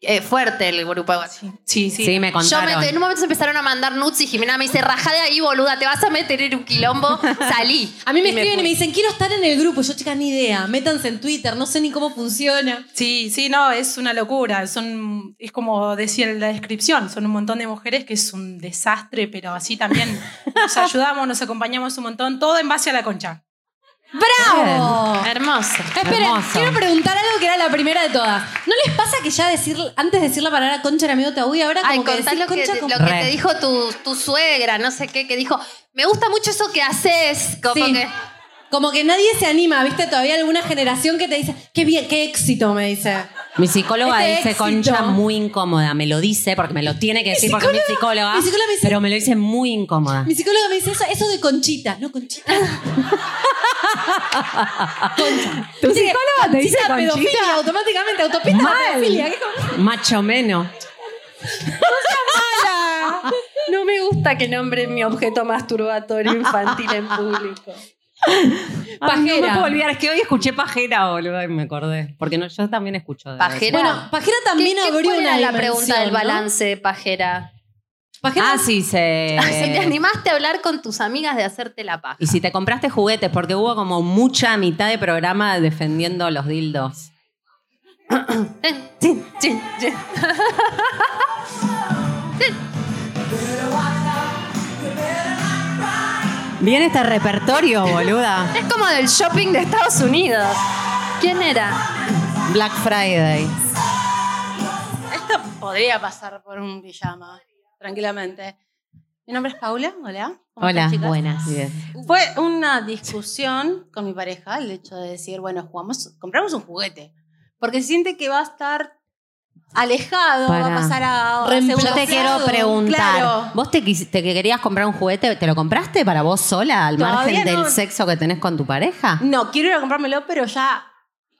C: Eh, fuerte el grupo de WhatsApp.
J: Sí,
D: Sí,
J: sí.
D: me
C: Yo me,
D: contaron.
C: en un momento se empezaron a mandar nuts y Jimena me dice, rajá de ahí, boluda, te vas a meter en un quilombo. Salí.
A: A mí me
C: Y
A: escriben y
C: fui.
A: me dicen, quiero estar en el grupo. Yo, chicas, ni idea. Métanse en Twitter, no sé ni cómo funciona.
J: Sí, sí, no, es una locura. Son, es como decía en la descripción, son un montón de mujeres que es un desastre, pero así también nos ayudamos, nos acompañamos un montón, todo en base a la concha.
A: ¡Bravo!
C: Hermoso.
A: Esperen,
D: Hermoso.
A: quiero preguntar algo que era la primera de todas. ¿No les pasa que ya decir, antes de decir la palabra concha era medio tabú y ahora como
C: Ay,
A: que
C: contá
A: decís
C: lo que,
A: concha
C: te-
A: como-
C: lo que
D: Re.
C: te dijo tu, tu suegra, no sé qué, que dijo, me gusta mucho eso que haces, como
A: Sí.
C: que...
A: Como que nadie se anima, ¿viste? Todavía alguna generación que te dice, qué bien, qué éxito, me dice.
D: Mi psicóloga
A: Este
D: dice
A: éxito.
D: concha muy incómoda. Me lo dice porque me lo tiene que decir porque es mi psicóloga.
A: mi psicóloga me dice-
D: pero me lo dice muy incómoda.
A: Mi psicóloga me dice eso, eso de conchita, no conchita. concha.
D: ¿Tu psicóloga te dice Conchita?
A: pedofilia, automáticamente, autopista pedofilia. ¿qué con-
D: Macho menos.
C: No me gusta que nombre mi objeto masturbatorio infantil en público.
D: Pajera. No
A: Pajera.
D: me puedo olvidar, es que hoy escuché pajera, boludo, y me acordé. Porque no, yo también escucho de
C: Pajera.
A: Bueno, Pajera también
C: ¿Qué- qué-
A: abrió
C: cuál
A: una
C: era la
A: dimensión,
C: pregunta del
A: ¿no?
C: balance, pajera?
A: Pajera
D: Ah, sí, se.
A: Eh.
C: Si te animaste a hablar con tus amigas de hacerte la paja.
D: Y si te compraste juguetes, porque hubo como mucha mitad de programa defendiendo los dildos.
C: Ten, chin, chin, chin.
D: Bien este repertorio, boluda.
C: Es como del shopping de Estados Unidos. ¿Quién era?
D: Black Friday.
H: Esto podría pasar por un pijama, tranquilamente. Mi nombre es Paula, hola. ¿Cómo
D: Hola.
H: están, chicas?
D: Buenas.
H: Fue una discusión con mi pareja el hecho de decir, bueno, jugamos, compramos un juguete. Porque siente que va a estar alejado, va
D: Pará.
H: a pasar a,
J: Oh,
H: a
A: Reemplazo.
H: segundo
D: Yo te quiero
H: plano.
D: preguntar,
H: Claro.
D: ¿vos te, quis- te que querías comprar un juguete, te lo compraste para vos sola, al
H: Todavía
D: margen del
H: no.
D: sexo que tenés con tu pareja?
H: No, quiero ir a comprármelo, pero ya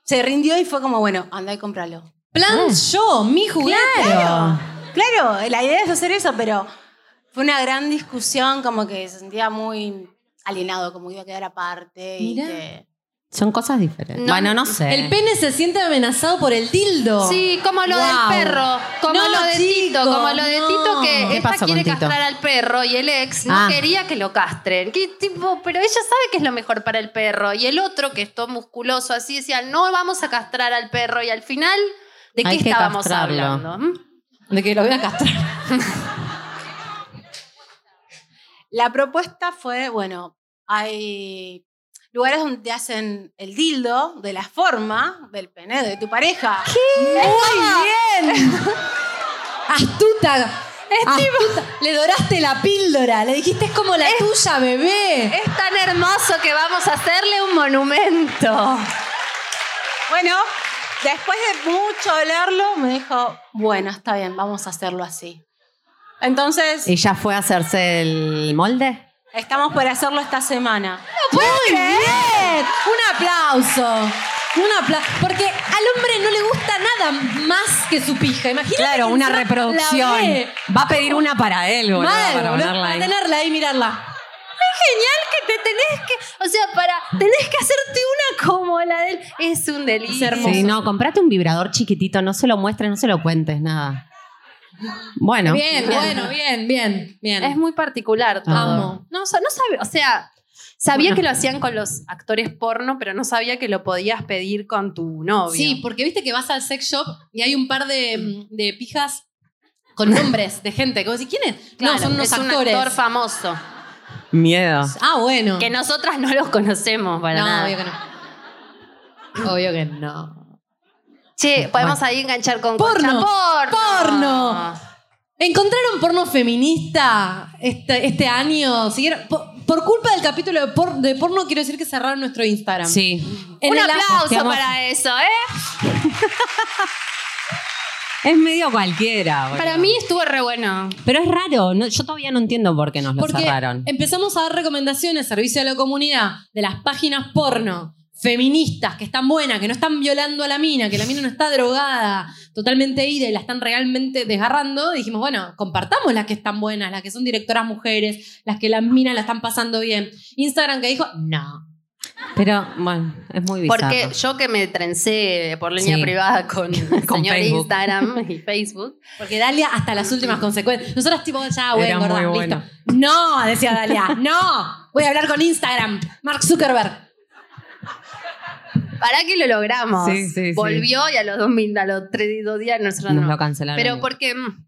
H: se rindió y fue como, bueno, anda y cómpralo.
A: plan
C: Ah.
A: yo, mi juguete.
H: Claro, claro, la idea es hacer eso, pero fue una gran discusión, como que se sentía muy alienado, como que iba a quedar aparte. y
A: Mirá.
H: que-
D: Son cosas diferentes.
C: No.
D: bueno, no sé.
A: El pene se siente amenazado por el dildo.
C: Sí, como lo
A: Wow.
C: del perro, como
A: No,
C: lo de Tito,
A: chicos,
C: como lo de
A: no.
C: Tito que
D: ¿Qué
C: esta
D: pasó
C: quiere
D: con Tito?
C: castrar al perro y el ex no
D: Ah.
C: quería que lo castren. ¿Qué tipo? Pero ella sabe que es lo mejor para el perro y el otro que es todo musculoso así decía, "No vamos a castrar al perro" y al final ¿de qué
D: Hay que
C: estábamos
D: castrarlo.
C: hablando? ¿Mm?
A: De que lo voy a castrar.
H: La propuesta fue, bueno, hay lugares donde te hacen el dildo de la forma del pene de tu pareja.
A: ¡Muy bien! Astuta. Astuta. Le doraste la píldora. Le dijiste, es como la tuya, bebé.
C: Es tan hermoso que vamos a hacerle un monumento.
H: Bueno, después de mucho hablarlo, me dijo, bueno, está bien, vamos a hacerlo así. Entonces,
D: ¿Ella fue a hacerse el molde?
H: estamos por hacerlo esta semana.
A: Muy bien. Un aplauso. Un aplauso. Porque al hombre no le gusta nada más que su pija. Imagínate.
D: Claro,
A: que
D: una
A: encima
D: reproducción.
A: la ve.
D: Va a pedir una para él, boludo,
A: Mal,
D: para
A: boludo,
D: ponerla ahí.
A: tenerla ahí, mirarla.
C: genial que te tenés que, o sea, para, tenés que hacerte una como la del, es un delirio.
D: Sí, no, comprate un vibrador chiquitito, no se lo muestres, no se lo cuentes, nada. Bueno.
A: Bien, bueno, bien, bien, bien.
C: Es muy particular todo.
A: Amo.
C: No, o sea, no sabe, o sea, sabía que lo hacían con los actores porno, pero no sabía que lo podías pedir con tu novio.
A: Sí, porque viste que vas al sex shop y hay un par de, de pijas con nombres de gente. Como si, ¿quién es?
C: Claro,
A: no, son unos
C: es un
A: actores.
C: actor famoso.
D: Miedo.
A: ah, bueno.
C: Que nosotras no los conocemos para
A: no,
C: nada.
A: obvio que no. Obvio que no.
C: Che, podemos ahí enganchar con
A: Porno.
C: Concha. porno.
A: Porno. ¿Encontraron porno feminista este, este año? Siguieron- por, por culpa del capítulo de, por- de porno, quiero decir que cerraron nuestro Instagram.
D: Sí.
A: En
C: Un
A: el-
C: aplauso
D: Hacíamos-
C: para eso, ¿eh?
D: Es medio cualquiera, boludo.
C: Para mí estuvo re bueno.
D: Pero es raro, no- yo todavía no entiendo por qué nos lo
A: Porque
D: cerraron.
A: empezamos a dar recomendaciones, servicio a la comunidad, de las páginas porno feministas que están buenas, que no están violando a la mina, que la mina no está drogada, totalmente ida y la están realmente desgarrando. Y dijimos, bueno, compartamos las que están buenas, las que son directoras mujeres, las que las minas la están pasando bien. Instagram que dijo, no.
D: Pero bueno, es muy bizarro.
C: Porque yo que me trencé por línea
D: Sí.
C: privada con, el
D: Con
C: señor
D: Facebook.
C: Instagram y Facebook.
A: Porque Dalia hasta las últimas consecuencias. Nosotras tipo, ya, güey,
D: Era
A: gorda,
D: muy
A: listo.
D: bueno.
A: No, decía Dalia, no. Voy a hablar con Instagram. Mark Zuckerberg.
C: ¿Para que lo logramos?
D: Sí, sí, sí.
C: Volvió y a los dos, min- a los tres dos días nosotros
D: Nos
C: no.
D: lo cancelaron.
C: Pero porque mm,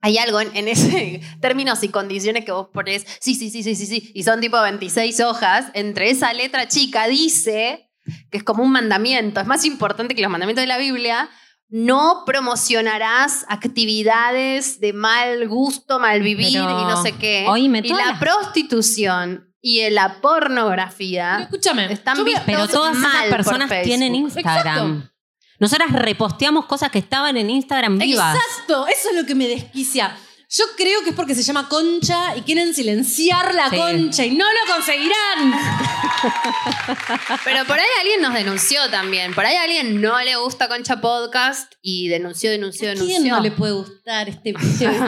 C: hay algo en, en ese términos y condiciones que vos pones, sí, sí, sí, sí, sí, sí, y son tipo 26 hojas, entre esa letra chica dice que es como un mandamiento, es más importante que los mandamientos de la Biblia, no promocionarás actividades de mal gusto, mal vivir
D: Pero,
C: y no sé qué.
D: oíme,
C: y
D: todas
C: la
D: las-
C: prostitución y la pornografía
A: Escúchame.
C: están
A: yo voy a-
C: vistos
D: Pero todas
C: mal
D: esas
C: por
D: personas
C: Facebook.
D: tienen Instagram. Nosotras reposteamos cosas que estaban en Instagram vivas.
A: Exacto, eso es lo que me desquicia. Yo creo que es porque se llama concha y quieren silenciar la
D: Sí.
A: concha y no lo conseguirán.
C: Pero por ahí alguien nos denunció también. Por ahí alguien no le gusta Concha Podcast y denunció, denunció,
A: ¿A
C: denunció.
A: quién no le puede gustar este, este bello,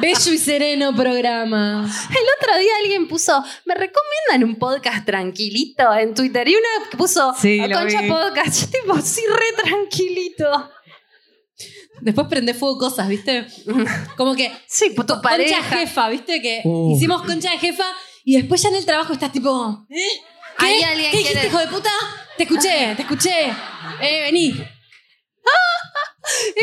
A: bello y sereno programa?
C: El otro día alguien puso, me recomiendan un podcast tranquilito en Twitter. Y una que puso,
D: Sí,
C: "A
D: lo
C: Concha
D: vi.
C: Podcast. Yo tipo, sí, re tranquilito.
A: Después prende fuego cosas, ¿viste? Como que
C: Sí, tu
A: concha
C: pareja.
A: jefa, ¿viste? Que
D: Uh.
A: hicimos concha de jefa y después ya en el trabajo estás tipo, ¿eh? ¿Qué?
C: Hay alguien
A: ¿Qué
C: que
A: dijiste,
C: le-
A: hijo de puta? Te escuché, te escuché. Eh, vení.
D: Me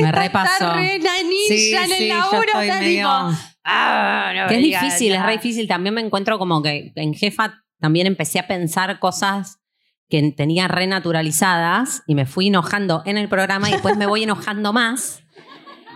C: Está-
D: repasó.
C: Está re nanilla en el
D: yo
C: laburo.
D: estoy
C: Está
D: medio-
C: tipo, "Ah, no
D: Que
C: me
D: es
C: digas
D: difícil, es
C: nada".
D: re difícil. También me encuentro como que en jefa también empecé a pensar cosas que tenía renaturalizadas y me fui enojando en el programa y después me voy enojando más.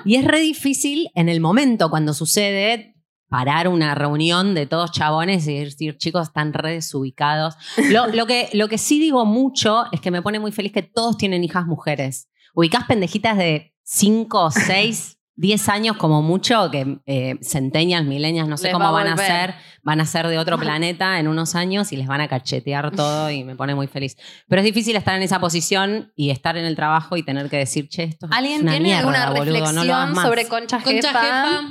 D: Y es re difícil en el momento cuando sucede parar una reunión de todos chabones y decir, chicos, están re desubicados. Lo, lo que, lo que sí digo mucho es que me pone muy feliz que todos tienen hijas mujeres. Ubicás pendejitas de 5, 6, 10 años como mucho, que eh, centenias, milenias, no sé
C: Les va
D: cómo
C: a
D: van a
C: volver.
D: ser, van a ser de otro planeta en unos años y les van a cachetear todo y me pone muy feliz. Pero es difícil estar en esa posición y estar en el trabajo y tener que decir, che, esto es
C: ¿Alguien
D: una
C: tiene
D: mierda,
C: alguna
D: boludo,
C: reflexión
D: no lo hagas más.
C: sobre Concha Jefa?
A: Concha jefa.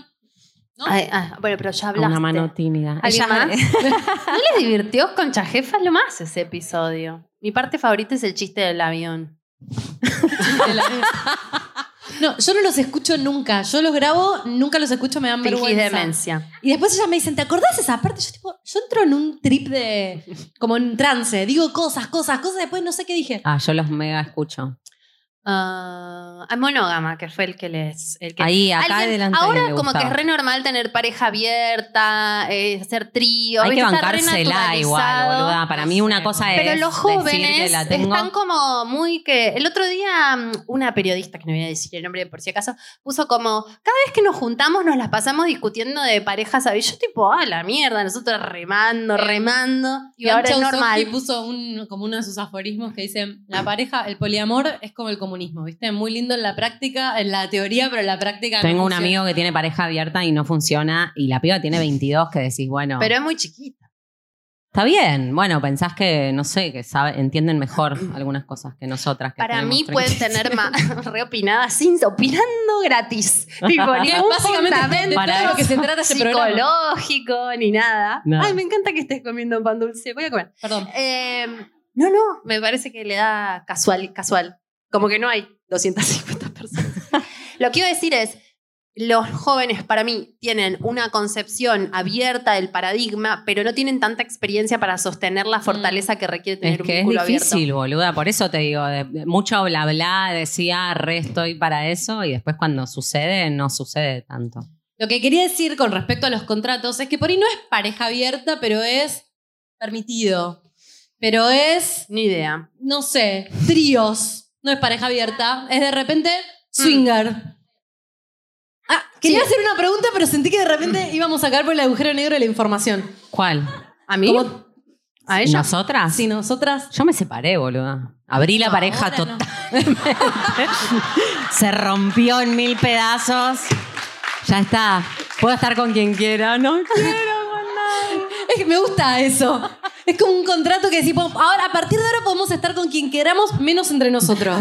A: ¿no?
C: Ay, ah, bueno, pero ya hablaste.
D: una mano tímida.
C: ¿Alguien
D: Ella-
C: más? ¿No les divirtió Concha Jefa? Es lo más ese episodio. Mi parte favorita es el chiste del avión.
A: No, yo no los escucho nunca. Yo los grabo, nunca los escucho, me dan
C: Fingí
A: vergüenza.
C: demencia.
A: Y después ellas me dicen, ¿te acordás esa parte? Yo tipo, yo entro en un trip de, como en trance, digo cosas, cosas, cosas, después no sé qué dije.
D: Ah, yo los mega escucho.
C: Ah, a monógama, que fue el que les... el que-
D: Ahí, acá
C: Alguien-
D: adelante.
C: Ahora
D: le
C: como que
D: gustaba.
C: es re normal tener pareja abierta, eh, hacer trío.
D: Hay que
C: ¿viste? Está re
D: bancársela igual,
C: naturalizado.
D: boluda. Para mí una cosa es
C: Pero los
D: decir que
C: jóvenes
D: la tengo.
C: están como muy que... El otro día mm, una periodista, que no voy a decir el nombre por si acaso, puso como, cada vez que nos juntamos nos las pasamos discutiendo de parejas. ¿sabes? Yo tipo, ah, la mierda, nosotros remando, remando. Y,
A: Iván
C: ahora es
A: Chausoski
C: normal.
A: puso un, como uno de sus aforismos que dice, la pareja, el poliamor es como el comunismo, ¿viste? Muy lindo en la práctica, en la teoría, pero en la práctica no
D: Tengo un
A: funciona.
D: amigo que tiene pareja abierta y no funciona y la piba tiene 22 que decís, bueno,
G: Pero es muy chiquita.
D: está bien. Bueno, pensás que, no sé, que sabe- entienden mejor algunas cosas que nosotras. que
C: Para
D: tenemos
C: mí
D: 30.
C: pueden tener más reopinadas sin opinando gratis. Tipo, ni
A: Que
C: un
A: básicamente
C: fundamento
A: para lo que se trata este programa.
C: psicológico ni nada.
D: No.
C: Ay, me encanta que estés comiendo pan dulce. Voy a comer.
A: Perdón.
C: Eh, no, no, me parece que le da casual, casual. Como que no hay 250 personas. Lo que iba a decir es, los jóvenes para mí tienen una concepción abierta del paradigma, pero no tienen tanta experiencia para sostener la fortaleza que requiere tener
D: Mm. Es
C: un
D: que es
C: vínculo
D: difícil,
C: abierto.
D: boluda. Por eso te digo, de- de- mucho bla bla, decía, re estoy para eso, y después cuando sucede, no sucede tanto.
A: Lo que quería decir con respecto a los contratos es que por ahí no es pareja abierta, pero es permitido. Pero es,
C: Ni idea.
A: no sé, tríos. No es pareja abierta, es de repente swinger. Ah, quería hacer una pregunta, pero sentí que de repente íbamos a caer por el agujero negro de la información.
D: ¿Cuál?
C: ¿A mí?
A: Como
C: ¿A ella?
D: ¿Nosotras?
A: si nosotras.
D: Yo me separé, boluda. Abrí la pareja
A: ahora no.
D: total. Se rompió en mil pedazos. Ya está. Puedo estar con quien quiera, ¿no?
A: Es que me gusta eso. Es como un contrato que decimos, ahora a partir de ahora podemos estar con quien queramos, menos entre nosotros.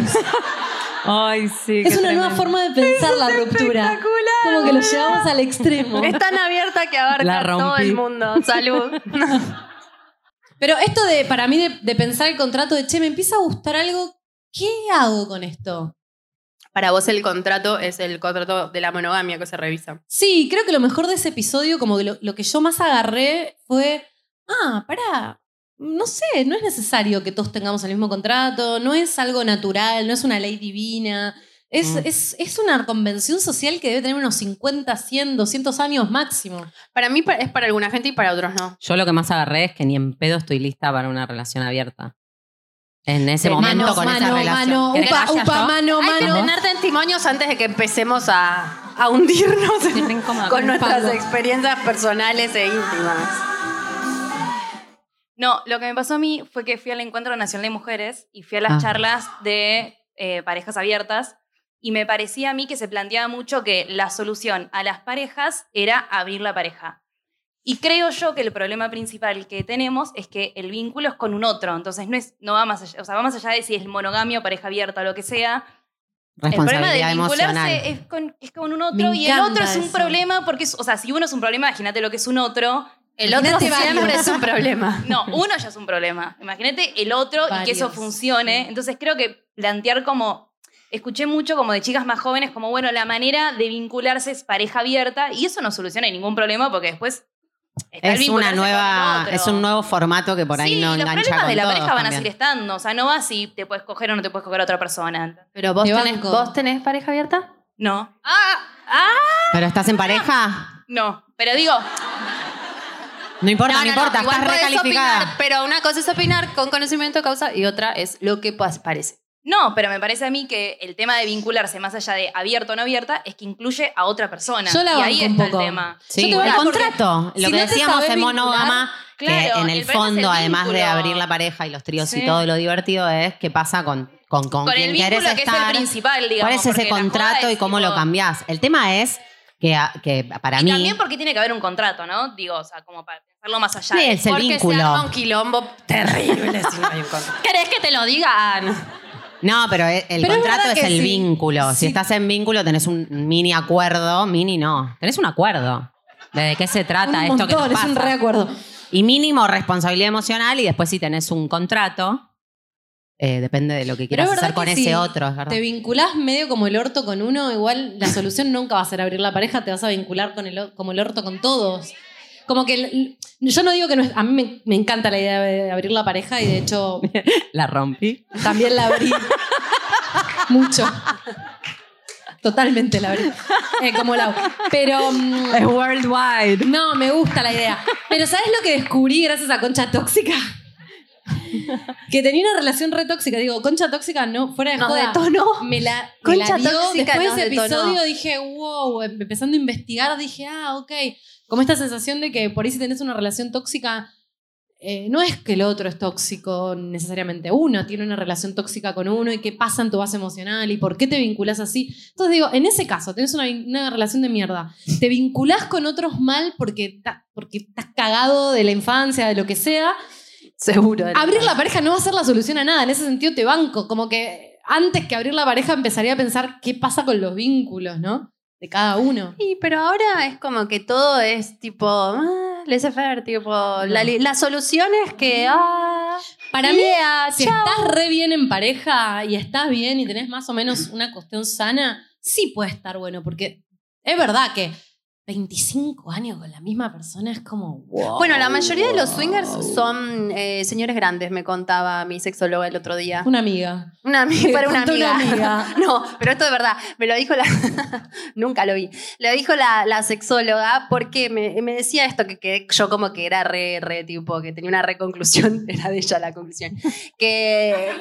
D: Ay, sí.
A: es una nueva forma de pensar la ruptura. Como que lo llevamos al extremo.
C: Es tan abierta que abarca
D: La
C: a todo
D: rompí.
C: el mundo. Salud.
A: Pero esto de, para mí, de, de pensar el contrato de, che, me empieza a gustar algo, ¿qué hago con esto?
C: Para vos el contrato es el contrato de la monogamia que se revisa.
A: Sí, creo que lo mejor de ese episodio, como que lo, lo que yo más agarré fue, ah, pará, no sé, no es necesario que todos tengamos el mismo contrato, no es algo natural, no es una ley divina, es,
D: Mm.
A: es, es una convención social que debe tener unos 50, 100, 200 años máximo.
C: Para mí pa- es para alguna gente y para otros no.
D: Yo lo que más agarré es que ni en pedo estoy lista para una relación abierta. En
I: Eh,
D: ese momento
A: mano,
D: con esa
A: mano,
D: relación.
A: mano,
D: ¿Querés que
A: upa,
D: vaya
A: upa,
D: yo?
A: mano,
C: Hay que
A: mano.
C: tener testimonios antes de que empecemos a, a hundirnos
D: Estoy re incómoda
C: con
D: un
C: nuestras
D: palo.
C: experiencias personales e íntimas.
I: No, lo que me pasó a mí fue que fui al Encuentro Nacional de Mujeres y fui a las
D: Ah.
I: charlas de eh, parejas abiertas y me parecía a mí que se planteaba mucho que la solución a las parejas era abrir la pareja. Y creo yo que el problema principal que tenemos es que el vínculo es con un otro, entonces no, es, no va, más allá, o sea, va más allá de si es monogamia o pareja abierta o lo que sea. El problema de
D: Responsabilidad emocional.
I: vincularse es con, es con un otro
A: Me
I: y el otro es
A: encanta
I: un
A: eso.
I: problema porque, es- o sea, si uno es un problema, imagínate lo que es un otro.
C: El otro
A: Imagínate
C: siempre
A: varios.
C: es un problema.
I: No, uno ya es un problema. Imagínate el otro y que eso
A: Varios,
I: funcione.
A: sí.
I: Entonces creo que plantear como, escuché mucho como de chicas más jóvenes, como bueno, la manera de vincularse es pareja abierta y eso no soluciona ningún problema porque después... está el
D: Es una
I: vincularse con el
D: nueva,
I: otro.
D: es un nuevo formato que por ahí
I: sí,
D: no
I: los
D: engancha
I: problemas
D: con
I: de la
D: todos
I: pareja van a
D: también.
I: seguir estando. O sea, no va si te puedes coger o no te puedes coger a otra persona.
C: Pero vos
A: Te
C: tenés,
A: banco.
C: vos tenés pareja abierta.
I: No. ¡Ah! ¡Ah!
D: Pero estás en pareja,
I: No. Pero digo,
D: no importa, no, importa,
C: igual
D: estás
C: podés
D: recalificada.
C: opinar, pero una cosa es opinar con conocimiento de causa y otra es lo que pas- parece.
I: no, pero me parece a mí que el tema de vincularse más allá de abierto o no abierta es que incluye a otra persona.
A: Yo la
I: y ahí
A: banco un
I: está
A: poco.
I: el tema.
D: Sí,
A: Yo te voy a
D: el
A: hablar porque
D: contrato, lo
A: si
D: que
A: no te
D: decíamos
A: sabés
D: en monogama, que
I: claro,
D: en
I: el
D: el
I: problema es
D: fondo,
I: el
D: además de
I: vínculo.
D: abrir la pareja y los tríos
I: Sí.
D: y todo lo divertido, es qué pasa con, con, con,
I: con
D: quien
I: el vínculo
D: querés
I: que es el
D: estar,
I: principal, digamos.
D: cuál es ese
I: porque la
D: contrato
I: joda
D: y
I: es
D: cómo lo
I: tipo-
D: cambiás. El tema es que, a- que para
I: Y
D: mí...
I: también porque tiene que haber un contrato, ¿no? Digo, o sea, como para pensarlo más allá.
D: Sí, es el
C: Porque se arma
D: vínculo.
C: un quilombo terrible si no hay un contrato. ¿Querés que te lo digan?
D: No, pero e- el
A: Pero es
D: contrato
A: verdad
D: es,
A: que
D: el
A: sí.
D: vínculo.
A: Sí.
D: Si estás en vínculo, tenés un mini acuerdo. Mini no. Tenés un acuerdo. ¿De qué se trata
A: un
D: esto que nos
A: montón, es un
D: pasa?
A: reacuerdo.
D: Y mínimo responsabilidad emocional y después si tenés un contrato, eh, depende de lo que
A: Pero es
D: quieras
A: verdad
D: hacer con
A: que
D: ese
A: si
D: otro, es verdad.
A: Te vinculás medio como el orto con uno, igual la solución nunca va a ser abrir la pareja, te vas a vincular con el, o- como el orto con todos. Como que el- yo no digo que no es- a mí me, me encanta la idea de abrir la pareja y de hecho
D: La rompí.
A: también la abrí mucho. Totalmente la abrí. Eh, como la pero mm,
D: Es worldwide.
A: no, me gusta la idea. Pero ¿sabes lo que descubrí gracias a Concha Tóxica? Que tenía una relación re tóxica. Digo, Concha Tóxica no, fuera de
C: Nos
A: joda.
C: detonó.
A: Me la, me
C: Concha
A: la dio.
C: Tóxica
A: Después
C: nos
A: de ese
C: detonó.
A: episodio dije, wow, em- empezando a investigar, dije, ah, ok. Como esta sensación de que por ahí si tenés una relación tóxica, eh, eh, no es que el otro es tóxico necesariamente. Uno tiene una relación tóxica con uno y qué pasa en tu base emocional y por qué te vinculás así. Entonces digo, en ese caso, tenés una, vin- una relación de mierda. Te vinculás con otros mal porque, ta- porque estás cagado de la infancia, de lo que sea.
C: Seguro.
A: Abrir la pareja no va a ser la solución a nada. En ese sentido te banco. Como que antes que abrir la pareja empezaría a pensar qué pasa con los vínculos, ¿no? De cada uno.
C: Sí, pero ahora es como que todo es tipo, ah, laissez-faire, tipo, la li- las soluciones que, ah,
A: Para mí,
C: idea,
A: si
C: chao.
A: estás re bien en pareja y estás bien y tenés más o menos una cuestión sana, sí puede estar bueno, porque es verdad que 25 años con la misma persona es como, wow.
C: Bueno, la mayoría de los swingers son eh, señores grandes, me contaba mi sexóloga el otro día.
A: Una amiga.
C: Una amiga, para una
A: Contó
C: amiga.
A: una amiga.
C: no, pero esto de verdad, me lo dijo la... Nunca lo vi. Lo dijo la, la sexóloga porque me, me decía esto, que, quedé- yo como que era re, re, tipo, que tenía una reconclusión, era de ella la conclusión, que,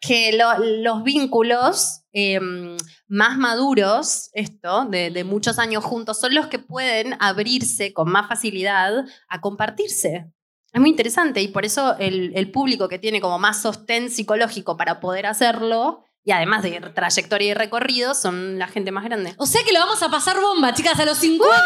C: que lo- los vínculos eh, más maduros, esto, de, de muchos años juntos, son los que pueden abrirse con más facilidad a compartirse. Es muy interesante y por eso el, el público que tiene como más sostén psicológico para poder hacerlo, y además de trayectoria y recorrido, son la gente más grande.
A: O sea que lo vamos a pasar bomba, chicas, a los 50.
C: ¡Uh!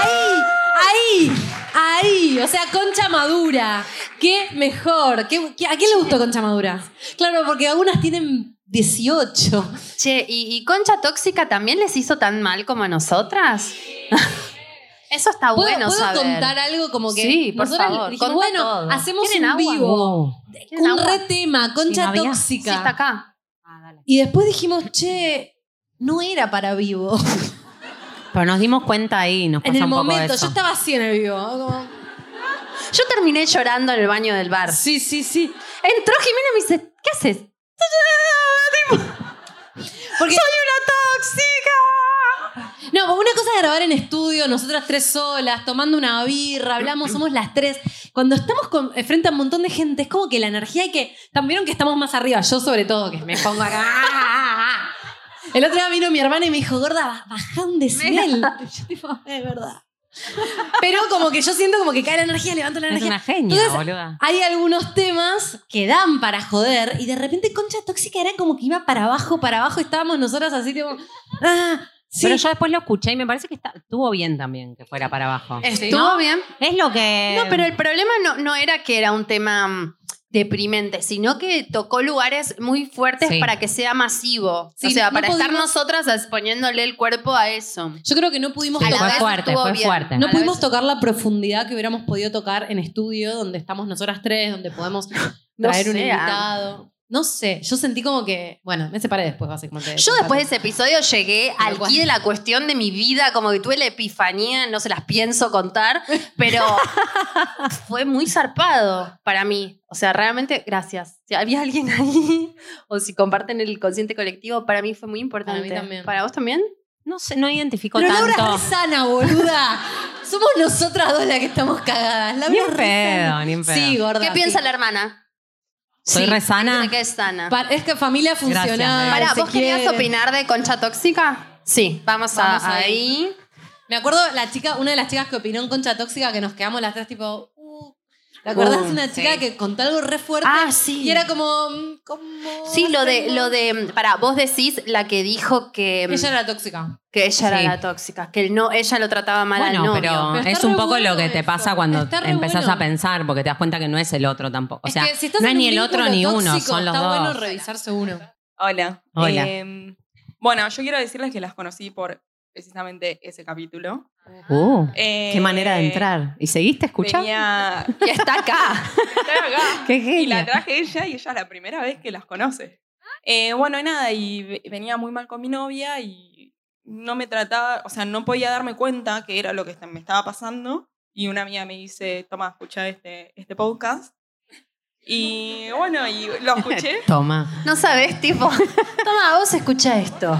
A: Ahí, ahí, ahí. O sea, concha madura. Qué mejor. ¿Qué, qué- a quién le gustó concha madura? Claro, porque algunas tienen 18.
C: Che, ¿y, y Concha Tóxica también les hizo tan mal como a nosotras? Eso está
A: ¿Puedo,
C: bueno
A: puedo
C: saber.
A: contar algo como que
C: Sí, por
A: nosotras
C: favor,
A: dijimos,
C: contá
A: bueno,
C: todo.
A: hacemos un
C: ¿Quieren agua?
A: vivo,
D: Oh.
C: ¿Quieren
A: un
C: agua?
A: re tema, concha
D: había.
C: Sí,
A: tóxica.
C: está acá.
A: Y después dijimos, che, no era para vivo.
D: Pero nos dimos cuenta ahí, nos
A: en
D: pasa
A: el
D: un poco
A: momento,
D: eso.
A: yo estaba así en el vivo. como-
C: Yo terminé llorando en el baño del bar.
A: sí, sí, sí.
C: Entró Jimena y me dice, ¿qué haces?
A: Porque,
C: ¡Soy una tóxica!
A: no, pues una cosa es grabar en estudio, nosotras tres solas, tomando una birra, hablamos, somos las tres. Cuando estamos con- eh, frente a un montón de gente, es como que la energía hay que. También vieron que estamos más arriba, yo sobre todo, que me pongo acá. El otro día vino mi hermana y me dijo, gorda, ba- bajá un decibel. Yo tipo, es verdad. Pero como que yo siento como que cae la energía, levanto la
D: Es
A: energía.
D: una genia,
A: Entonces,
D: boluda.
A: hay algunos temas que dan para joder y de repente Concha Tóxica era como que iba para abajo, para abajo, y estábamos nosotras así tipo, ah, sí.
D: Pero yo después lo escuché y me parece que está- estuvo bien también que fuera para abajo.
C: ¿Estuvo bien?
D: Es lo que.
C: No, pero el problema no, no era que era un tema mm, deprimente, sino que tocó lugares muy fuertes
D: Sí.
C: para que sea masivo.
A: Sí,
C: o sea,
A: no
C: para estar
A: pudimos-
C: nosotras as- poniéndole el cuerpo a eso.
A: Yo creo que no pudimos
C: A la
A: tocar,
D: fue
C: vez
D: fuerte,
C: estuvo
D: fue
C: bien.
D: fuerte.
A: no
C: a la
A: pudimos
C: vez-
A: tocar la profundidad que hubiéramos podido tocar en estudio, donde estamos nosotras tres, donde podemos
C: No
A: traer un
C: sé,
A: invitado. No sé, yo sentí como que, bueno, me separé después básicamente.
C: Yo después de ese episodio llegué
A: Pero
C: al
A: cuál-
C: quid de la cuestión de mi vida, como que tuve la epifanía, no se las pienso contar, pero fue muy zarpado para mí. O sea, realmente, gracias. Si había alguien ahí, o si comparten el consciente colectivo, para mí fue muy importante.
A: también.
C: ¿Para vos también?
D: No sé, no identifico
A: Pero Laura
D: tanto.
A: es re sana, boluda. Somos nosotras dos las que estamos cagadas. Laura
D: Ni
A: es
D: en
A: re sana.
D: pedo, ni en pedo.
A: Sí, gorda.
C: ¿Qué
A: sí.
C: piensa la hermana?
D: Soy
C: Sí,
D: resana.
C: Dice que es sana.
A: Pa- Es que familia funcional.
D: Gracias,
C: Ah, Pará,
A: se
C: ¿vos querías
A: quieren.
C: opinar de concha tóxica? Sí, vamos, a-
A: Vamos ahí.
C: ahí.
A: Me acuerdo la chica, una de las chicas que opinó en Concha Tóxica que nos quedamos las tres tipo. Uh, ¿Te acordás de una chica que contó algo re fuerte?
C: Ah, sí.
A: Y era como. mm, ¿cómo
C: Sí, lo de, mm.
A: hacemos?
C: lo de, para, vos decís la que dijo que
A: Ella era tóxica.
C: que ella era
D: Sí.
C: la tóxica, que el no, ella lo trataba mal
D: Bueno,
C: al novio.
D: pero,
A: Pero
D: es
A: está
D: un
A: re
D: poco
A: bueno
D: lo que te
A: eso.
D: pasa cuando
A: Está re
D: empezás
A: bueno.
D: a pensar, porque te das cuenta que no es el otro tampoco. O sea,
A: es que si estás
D: no
A: en
D: es
A: un
D: ni el otro
A: vínculo
D: ni uno,
A: tóxico,
D: son los
A: está
D: dos.
A: bueno revisarse uno.
K: Hola.
D: Hola.
K: Eh, bueno, yo quiero decirles que las conocí por precisamente ese capítulo.
D: Uh,
K: Eh,
D: qué manera de entrar. ¿Y seguiste escuchando?
K: Venía,
C: Y está acá.
K: estaba acá,
D: Qué
K: y la
D: genia.
K: traje ella y ella es la primera vez que las conoce. Eh, bueno, y nada, y ve- venía muy mal con mi novia y no me trataba, o sea, no podía darme cuenta que era lo que est- me estaba pasando. Y una amiga me dice, toma, escucha este, este podcast. Y bueno, y lo escuché.
D: Toma.
C: No sabes, tipo, toma, vos escucha esto.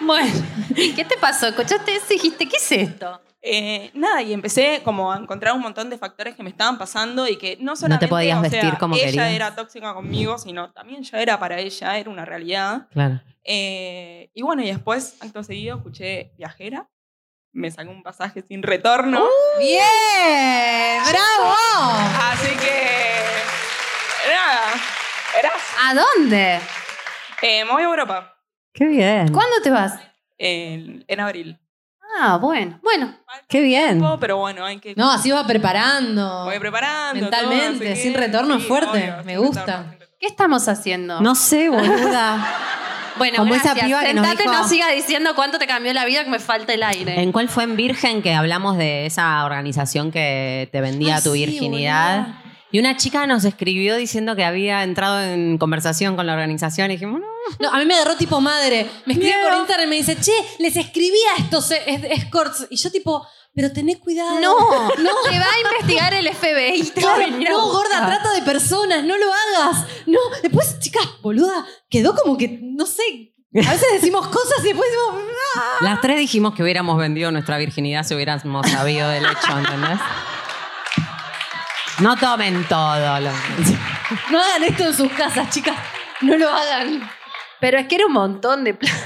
C: Bueno, ¿y qué te pasó? ¿Escuchaste eso y dijiste, qué es esto?
K: Eh, nada, y empecé como a encontrar un montón de factores que me estaban pasando y que no
D: No
K: solamente
D: te podías
K: o sea,
D: vestir como
K: ella
D: querías.
K: era tóxica conmigo, sino también ya era para ella, era una realidad.
D: Claro.
K: Eh, y bueno, y después, acto seguido, escuché Viajera me sacó un pasaje sin retorno.
L: ¡Bien! ¡Bravo!
K: Así que. Nada. Gracias.
L: ¿A dónde?
K: Eh, me voy a Europa.
D: Qué bien.
C: ¿Cuándo te vas?
K: En, en abril.
C: Ah, bueno. Bueno.
D: Qué bien.
K: Pero bueno, hay que.
A: No, así va preparando.
K: Voy preparando.
A: Mentalmente,
K: todo, no sé
A: sin
K: qué.
A: retorno es
K: Sí,
A: fuerte.
K: obvio,
A: me
K: sin
A: gusta.
C: ¿Qué estamos haciendo?
D: No sé, boluda.
C: Bueno,
D: Como esa
C: gracias.
D: piba que nos
C: Sentate,
D: dijo-
C: no sigas diciendo cuánto te cambió la vida que me falta el aire.
D: ¿En cuál fue en Virgen que hablamos de esa organización que te vendía
C: Ah,
D: tu
C: sí,
D: virginidad?
C: boluda.
D: Y una chica nos escribió diciendo que había entrado en conversación con la organización y dijimos, no,
A: No, a mí me agarró tipo madre. Me escribe por Instagram y me dice, che, les escribí a estos eh, es- escorts. Y yo tipo, pero tené cuidado.
C: No, te va a investigar el FBI. te va a
A: Claro,
C: venir a
A: no,
C: buscar.
A: gorda, trata de personas, no lo hagas. No, después, chicas, boluda, quedó como que, no sé, a veces decimos cosas y después decimos, "Ah".
D: las tres dijimos que hubiéramos vendido nuestra virginidad si hubiéramos sabido del hecho, ¿entendés? No tomen todo. lo-
A: no hagan esto en sus casas, chicas, no lo hagan.
C: Pero es que era un montón de plata.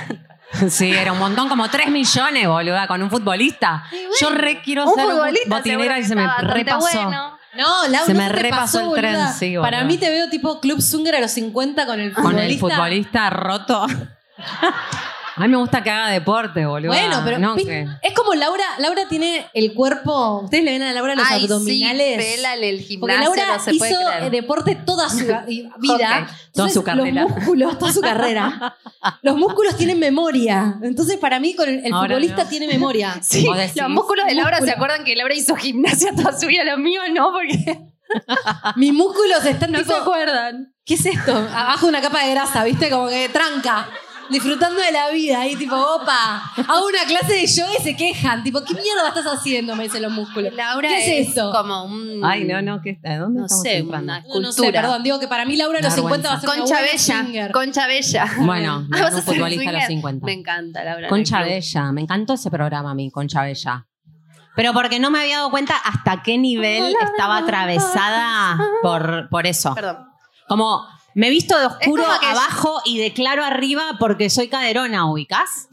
D: Sí, era un montón, como 3 millones, boluda, con un futbolista. Yo re quiero
C: Un
D: ser un
C: futbolista
D: botinera
C: seguro
D: y
C: que
D: se me
C: estaba bastante
D: repasó.
C: bueno.
A: No, Laura,
D: Se
A: no
D: me
A: te
D: repasó el tren,
A: boluda.
D: sí, boluda.
A: Para mí te veo tipo Club Zunger a los 50 con el
D: Con
A: futbolista.
D: el futbolista roto. A mí me gusta que haga deporte, boludo.
A: Bueno, pero
D: No,
A: pin-
D: que-
A: es como Laura, Laura tiene el cuerpo, ustedes le ven a Laura los
C: Ay, sí,
A: abdominales.
C: pélale el
A: Porque
C: gimnasio,
A: Laura
C: no se puede
A: hizo eh,
C: creer.
A: deporte toda su ga- y- vida.
D: Ok, toda su carrera.
A: Los músculos, toda su carrera. Los músculos tienen memoria. Entonces, para mí, con el, el
D: Ahora
A: futbolista
D: no.
A: tiene memoria.
C: Sí,
D: ¿Vos decís?
C: los músculos de Laura se
A: Músculo.
C: acuerdan que Laura hizo gimnasia toda su vida, los míos no, porque
A: Mis músculos están
C: no
A: tipo,
C: se acuerdan.
A: ¿qué es esto? Abajo de una capa de grasa, ¿viste? Como que tranca. Disfrutando de la vida, ahí tipo, opa, hago una clase de yoga y se quejan. Tipo, ¿qué mierda estás haciendo? Me dicen los músculos.
C: Laura
A: ¿Qué es, esto?
C: como un...
D: Ay, no, no, ¿qué, ¿a dónde
C: No
D: estamos
C: sé,
D: entrando?
C: una
A: No, no sé,
C: escultura.
A: perdón, digo que para mí Laura a los 50
D: Vergüenza.
A: va a ser una
C: Concha
A: buena
C: Bella.
A: singer.
C: Concha Bella.
D: Bueno,
C: Ah,
D: un
C: vas a ser
D: futbolista a los
C: swinger.
D: 50.
C: Me encanta, Laura.
D: Concha
C: Reclus.
D: Bella, me encantó ese programa a mí, Concha Bella. Pero porque no me había dado cuenta hasta qué nivel estaba atravesada por, por eso.
C: Perdón.
D: Como me visto de oscuro
C: Es como que-
D: abajo y de claro arriba porque soy caderona, ¿ubicás?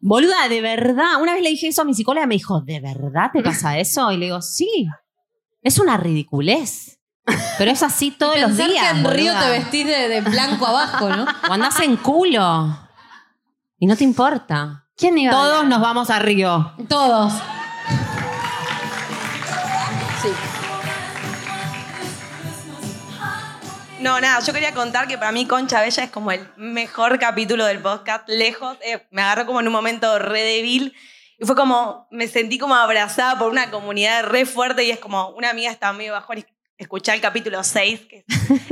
D: Boluda, de verdad. Una vez le dije eso a mi psicóloga y me dijo, ¿de verdad te pasa eso? Y le digo, sí. Es una ridiculez. Pero es así todos los
A: Pensar
D: días.
A: que en Río
D: boluda.
A: te vestís de, de blanco abajo, ¿no?
D: O andás en culo. Y no te importa.
C: ¿Quién iba a
D: Todos
C: hablar?
D: nos vamos a Río.
A: Todos.
G: No, nada, yo quería contar que para mí Concha Bella es como el mejor capítulo del podcast, lejos. Eh, me agarró como en un momento re débil y fue como, me sentí como abrazada por una comunidad re fuerte y es como, una amiga estaba medio bajo y escuchá el capítulo 6, que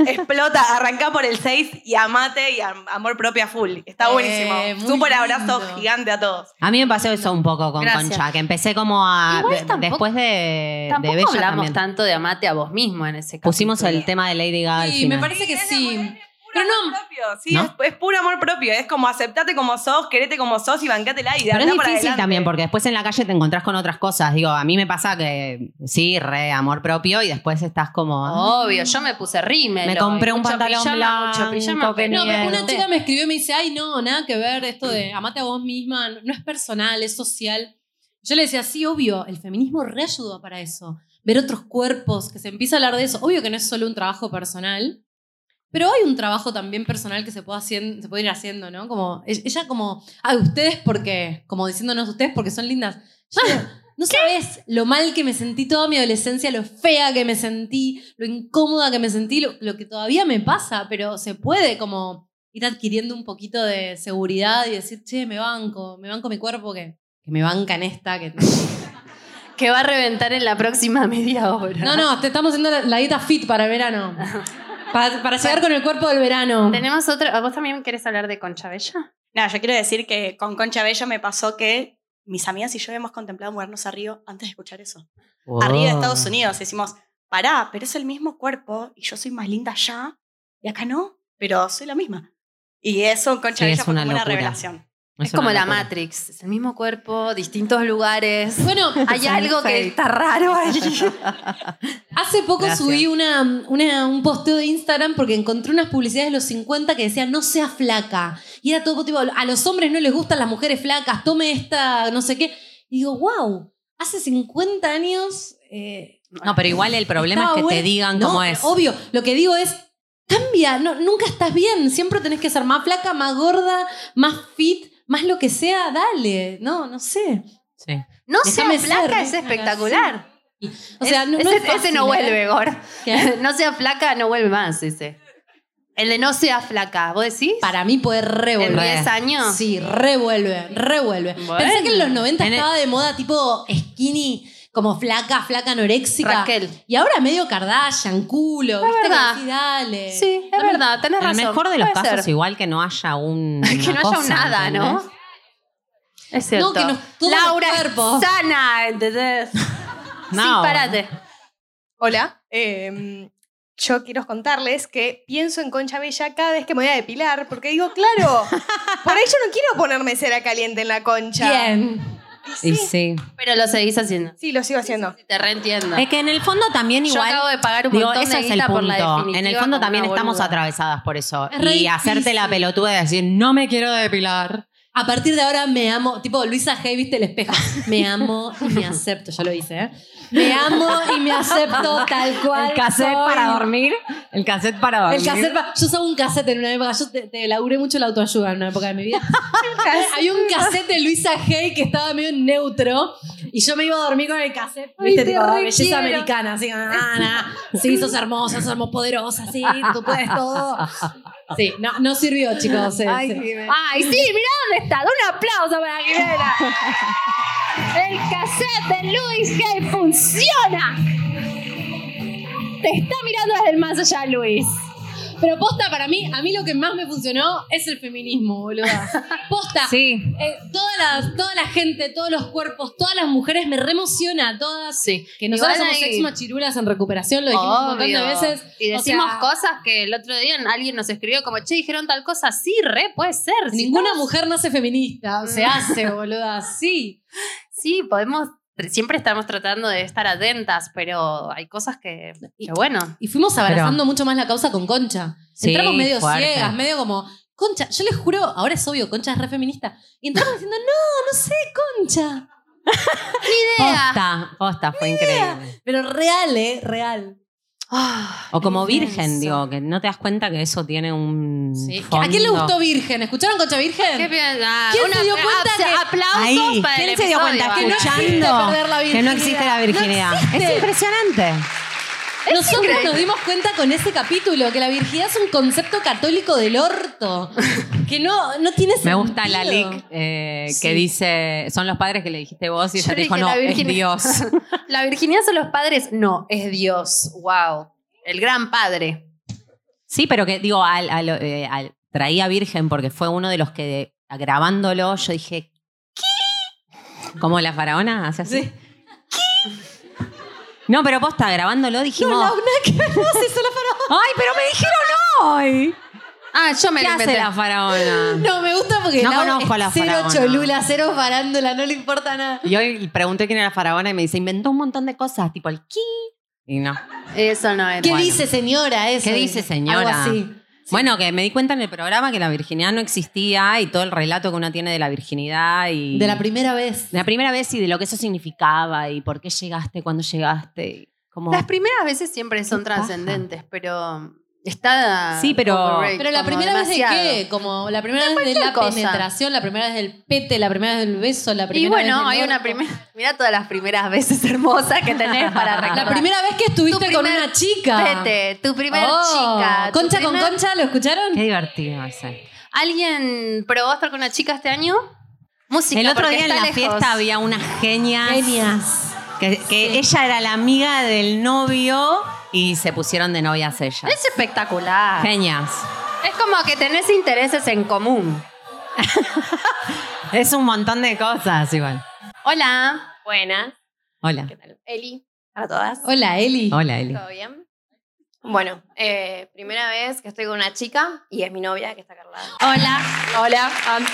G: explota, arrancá por el 6 y amate y am- amor propio a full. Está
A: Eh,
G: buenísimo.
A: muy
G: Súper abrazo
A: lindo.
G: gigante a todos.
D: A mí me pasó eso un poco con
C: Gracias.
D: Concha, que empecé como a.
C: Igual
D: de-
C: tampoco-
D: después de, de
C: Tampoco
D: Bella
C: hablamos
D: también.
C: tanto de amate a vos mismo en ese caso.
D: Pusimos el tema de Lady Gaga al
A: Sí, me
D: final.
A: parece que sí.
G: Pero no. sí,
D: ¿No?
G: es, es puro amor propio. Es como aceptate como sos, querete como sos y bancátela y
D: Pero es
G: andá para
D: difícil
G: adelante.
D: también, porque después en la calle te encontrás con otras cosas. Digo, a mí me pasa que sí, re amor propio, y después estás como.
C: Obvio, yo me puse rímel.
D: Me compré
C: hoy,
D: un
C: mucho
D: pantalón
C: pijama, mucho
D: blanco
C: pijama,
D: que
C: pero
A: No, pero una
D: Bien.
A: chica me escribió y me dice, ay, no, nada que ver esto de amate a vos misma, no es personal, es social. Yo le decía, sí, obvio, el feminismo reayudó para eso. Ver otros cuerpos, que se empieza a hablar de eso. Obvio que no es solo un trabajo personal, pero hay un trabajo también personal que se puede, hacien- se puede ir haciendo, ¿no? Como, e- ella como, ay, ustedes porque, como diciéndonos ustedes porque son lindas. Yo digo, no sabes lo mal que me sentí toda mi adolescencia, lo fea que me sentí, lo incómoda que me sentí, lo, lo que todavía me pasa, pero se puede como ir adquiriendo un poquito de seguridad y decir, che, me banco, me banco mi cuerpo que, que me banca en esta. Que...
C: Que va a reventar en la próxima media hora.
A: No, no, te estamos haciendo la, la dieta fit para el verano. Pa- para llegar con el cuerpo del verano.
C: Tenemos otra. ¿Vos también querés hablar de Concha Bella?
J: Nada, yo quiero decir que con Concha Bello me pasó que mis amigas y yo hemos contemplado mudarnos a Río antes de escuchar eso.
D: Wow.
J: Oh. Arriba de Estados Unidos decimos, pará, pero es el mismo cuerpo y yo soy más linda allá y acá no, pero soy la misma. Y eso, Concha
D: Sí,
J: Bello
D: es
J: fue
D: una
J: como una
D: locura.
J: revelación.
D: Es
C: Es,
D: una
C: como la
D: locura.
C: Matrix. Es el mismo cuerpo, distintos lugares.
A: Bueno,
C: Hay algo que está raro ahí.
A: Hace poco
D: Gracias.
A: subí una, una- un posteo de Instagram porque encontré unas publicidades de los 50 que decían no sea flaca. Y era todo tipo, a los hombres no les gustan las mujeres flacas, tome esta, no sé qué. Y digo, wow, hace 50 años... eh,
D: No, pero igual el problema
A: estaba
D: es que te
A: bueno.
D: digan
A: No,
D: cómo es.
A: Obvio, lo que digo es, cambia, no, nunca estás bien, siempre tenés que ser más flaca, más gorda, más fit, más lo que sea, dale, no, no sé.
D: Sí.
C: No seas
A: Déjame ser,
C: flaca, es
A: déjame ser.
C: espectacular.
A: O sea, no, no
C: ese,
A: es fácil,
C: ese no
A: ¿eh?
C: vuelve, Gor.
A: ¿Qué?
C: No sea flaca, no vuelve más ese. El de no sea flaca, ¿vos decís?
A: Para mí puede revolver.
C: ¿En 10 años?
A: Sí, revuelve, revuelve. Pensé que en los 90 estaba de moda tipo skinny, como flaca, flaca anoréxica.
C: Raquel.
A: Y ahora medio Kardashian, culo, ¿viste? Que
C: verdad.
A: decís, dale.
C: Sí, es verdad, tenés
D: En el
C: razón.
D: mejor de los
C: puede
D: casos,
C: ser.
D: igual que no haya un.
C: Que no haya un nada, ¿no? Es cierto.
D: No, que nos- todos los
C: Laura es
D: cuerpos.
C: sana, ¿entendés? sí,
G: No.
C: parate.
M: Hola. eh, yo quiero contarles que pienso en Concha Bella cada vez que me voy a depilar, porque digo, claro, por ahí yo no quiero ponerme cera caliente en la concha.
C: Bien.
D: Y sí.
C: Pero lo seguís haciendo.
M: Sí, lo sigo haciendo.
C: Te reentiendo.
D: Es que en el fondo también
C: Yo
D: igual.
C: acabo de pagar un
D: digo,
C: montón
D: ese
C: de
D: es el
C: guita por la
D: punto.
C: definitiva
D: En el fondo
C: como
D: también
C: una
D: estamos
C: boluda.
D: atravesadas por eso.
A: Es re
D: Y hacerte la pelotuda de decir, no me quiero depilar.
A: A partir de ahora me amo, tipo Luisa Hay, viste el espejo. Me amo y me acepto, ya lo hice, ¿eh? Me amo y me acepto tal cual.
D: El cassette
A: soy.
D: para dormir. El cassette para dormir.
A: El cassette pa- yo usaba un cassette en una época, yo te, te laburé mucho la autoayuda en una época de mi vida. Había un cassette de Luisa Hay que estaba medio neutro y yo me iba a dormir con el cassette,
H: Ay,
A: viste,
H: te
A: tipo,
H: re
A: belleza
H: quiero.
A: americana, así, ah, nah, sí, sos hermosa, somos poderosas, sí, tú puedes todo. Sí, no, no sirvió, chicos. eh,
C: Ay,
A: sí.
C: Ay, sí, mirá dónde está. Da un aplauso para Quimera. El cassette de Luis Gay funciona.
A: Te está mirando desde el más allá, Luis. Pero posta, para mí, a mí lo que más me funcionó es el feminismo, boludo. Posta.
C: Sí.
A: Eh, toda, la, toda la gente, todos los cuerpos, todas las mujeres me reemociona, todas. Sí. Que nosotros
C: Igual
A: somos
C: hay-
A: ex machirulas en recuperación, lo dijimos un montón de
C: Obvio.
A: veces.
C: Y
A: O
C: decimos
A: sea,
C: cosas que el otro día alguien nos escribió como, che, dijeron tal cosa. Sí, re, puede ser. Si
A: Ninguna
C: estamos- Mm.
A: mujer nace feminista, o se hace, boluda, sí.
C: Sí, podemos, siempre estamos tratando de estar atentas, pero hay cosas que, que bueno.
A: Y fuimos abrazando mucho más la causa con Concha.
C: Sí,
A: entramos medio
C: fuerte.
A: ciegas, medio como, Concha, yo les juro, ahora es obvio, Concha es re feminista. Y entramos diciendo, no, no sé, Concha. Ni
D: Posta, posta, fue increíble.
A: Pero real, ¿eh? Real.
D: O como virgen, digo, que no te das cuenta que eso tiene un.
A: ¿A quién le
D: fondo.
A: gustó Virgen? ¿Escucharon Concha Virgen? ¿Quién
C: una
A: se dio
C: apla-
A: cuenta que...
C: apla- aplausos
D: Ahí.
C: para el
D: ¿Quién se dio
C: episodio,
D: cuenta
C: vale?
D: escuchando que no existe la virginidad? es impresionante.
A: Nosotros
D: increíble.
A: nos dimos cuenta con ese capítulo que la virginidad es un concepto católico del orto. Que no, no tiene
D: Me
A: sentido.
D: gusta la LIC eh, que
A: Sí.
D: dice, son los padres que le dijiste vos y
C: Yo
D: ella te
C: dije,
D: dijo, no,
C: la
D: es
C: virginidad-
D: Dios.
C: ¿La virginidad son los padres? No, es Dios. Wow. El gran padre.
D: Sí, pero que digo, al, al- eh, al- traía Virgen porque fue uno de los que de- grabándolo, yo dije, ¿qué? Como la faraona hace así. No, pero posta, grabándolo dijimos.
L: No, Laura,
A: que no haces la faraona.
D: Ay, pero me dijeron hoy.
C: Ah, yo
A: me
D: ¿Qué
A: lo
D: hace
A: inventé.
D: la faraona?
A: No, me gusta porque
D: No
A: Lau es
D: conozco a la
A: cero
D: faraona.
A: cholula, cero parándola, no le importa nada.
D: Y hoy pregunté quién era la faraona y me dice, inventó un montón de cosas, tipo el ki. Y no.
C: Eso no es.
A: ¿Qué dice señora eso?
D: ¿Qué dice señora?
A: Algo así.
D: Bueno, que me di cuenta en el programa que la virginidad no existía y todo el relato que uno tiene de la virginidad y...
A: De la primera vez.
D: De la primera vez y de lo que eso significaba y por qué llegaste cuando llegaste. y Como...
C: Las primeras veces siempre son
D: paja.
C: trascendentes, pero está.
D: Sí, pero-
C: overrated,
A: Pero la
C: como
A: primera vez
C: demasiado.
A: de qué? Como la primera vez de
C: cualquier
A: la
C: cosa.
A: penetración, la primera vez del pete, la primera vez del beso, la primera
C: Y bueno,
A: vez
C: hay
A: del
C: una
A: orto.
C: primera. Mira todas las primeras veces hermosas que tenés para recordar.
A: La primera vez que estuviste con una chica.
C: Vete, tu primer
A: Oh,
C: chica. tu
A: Concha
C: primer-
A: con concha, ¿lo escucharon?
D: Qué divertido ese.
C: ¿Alguien probó estar con una chica este año? Música.
D: el otro
C: porque
D: día en
C: está
D: la
C: lejos.
D: fiesta había unas genias. Genias. Que, que ella era la amiga del novio y se pusieron de novias ellas.
C: Es espectacular.
D: Genias.
C: Es como que tenés intereses en común.
D: Es un montón de cosas igual.
C: Hola.
M: Buenas.
D: Hola.
M: Eli, para todas.
A: Hola, Eli.
D: Hola, Eli.
M: ¿Todo bien? Bueno, eh, primera vez que estoy con una chica y es mi novia que está acá al lado.
C: Hola.
M: Hola, antes.